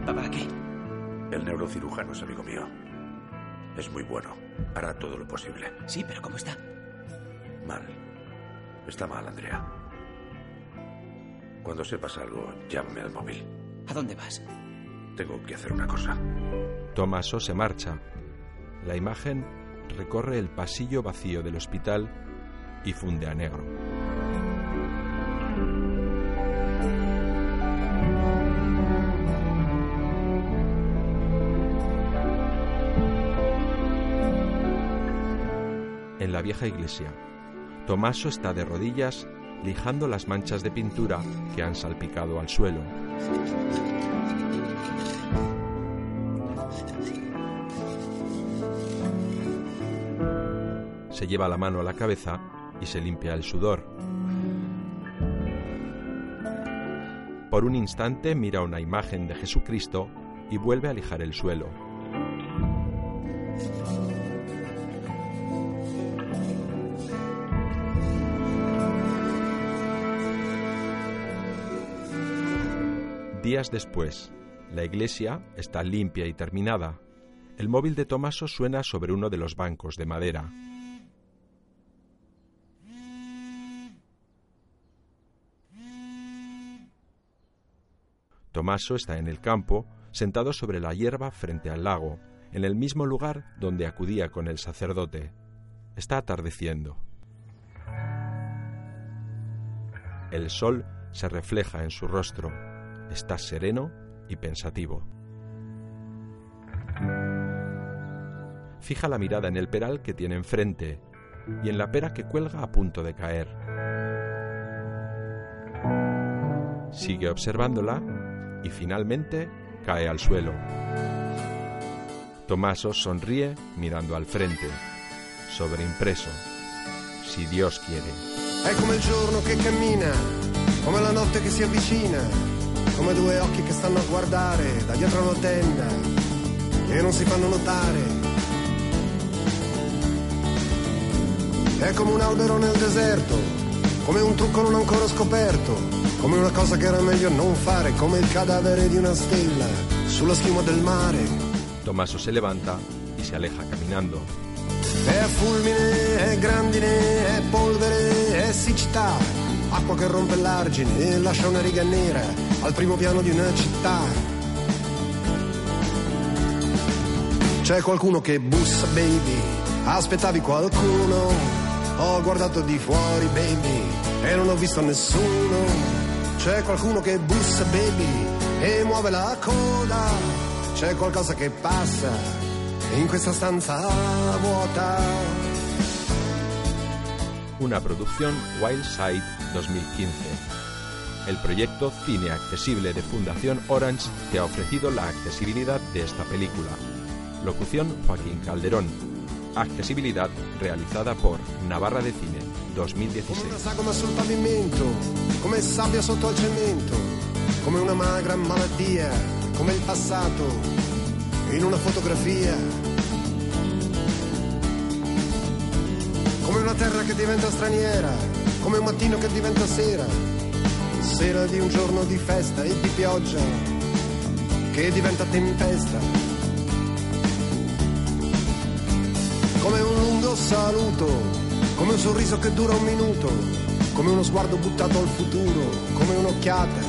Papá, ¿qué?
El neurocirujano es amigo mío. Es muy bueno. Hará todo lo posible.
Sí, pero ¿cómo está?
Mal. Está mal, Andrea. Cuando sepas algo, llámame al móvil.
¿A dónde vas?
Tengo que hacer una cosa.
Tomaso se marcha. La imagen recorre el pasillo vacío del hospital y funde a negro. En la vieja iglesia, Tomaso está de rodillas lijando las manchas de pintura que han salpicado al suelo. Se lleva la mano a la cabeza y se limpia el sudor. Por un instante mira una imagen de Jesucristo y vuelve a lijar el suelo. Días después, la iglesia está limpia y terminada. El móvil de Tomaso suena sobre uno de los bancos de madera. Tomaso está en el campo, sentado sobre la hierba frente al lago, en el mismo lugar donde acudía con el sacerdote. Está atardeciendo. El sol se refleja en su rostro. Está sereno y pensativo. Fija la mirada en el peral que tiene enfrente y en la pera que cuelga a punto de caer. Sigue observándola y finalmente cae al suelo. Tomaso sonríe mirando al frente, sobreimpreso, si Dios quiere.
È come il giorno che cammina, come la notte che si avvicina, come due occhi che stanno a guardare da dietro una tenda e non si fanno notare. È come un albero nel deserto, come un trucco non ancora scoperto, come una cosa che era meglio non fare, come il cadavere di una stella sulla schiuma del mare.
Tomaso se levanta y se aleja caminando.
È fulmine, è grandine, è polvere, è siccità, acqua che rompe l'argine e lascia una riga nera al primo piano di una città. C'è qualcuno che bussa, baby, aspettavi qualcuno, ho guardato di fuori, baby, e non ho visto nessuno. C'è qualcuno che bussa, baby, e muove la coda, c'è qualcosa che passa in questa stanza vuota.
Una producción Wildside 2015. El proyecto Cine Accesible de Fundación Orange te ha ofrecido la accesibilidad de esta película. Locución Joaquín Calderón. Accesibilidad realizada por Navarra de Cine 2016.
Una sagoma sul pavimento, come sabbia sotto al cemento, come una magra malattia, come il passato, in una fotografia. Come una terra che diventa straniera, come un mattino che diventa sera, sera di un giorno di festa e di pioggia che diventa tempesta. Come un lungo saluto, come un sorriso che dura un minuto, come uno sguardo buttato al futuro, come un'occhiata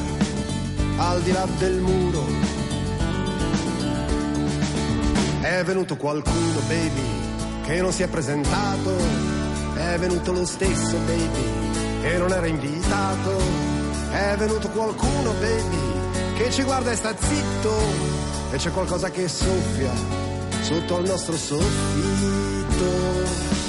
al di là del muro. È venuto qualcuno, baby, che non si è presentato. È venuto lo stesso, baby, che non era invitato. È venuto qualcuno, baby, che ci guarda e sta zitto. E c'è qualcosa che soffia sotto al nostro soffitto.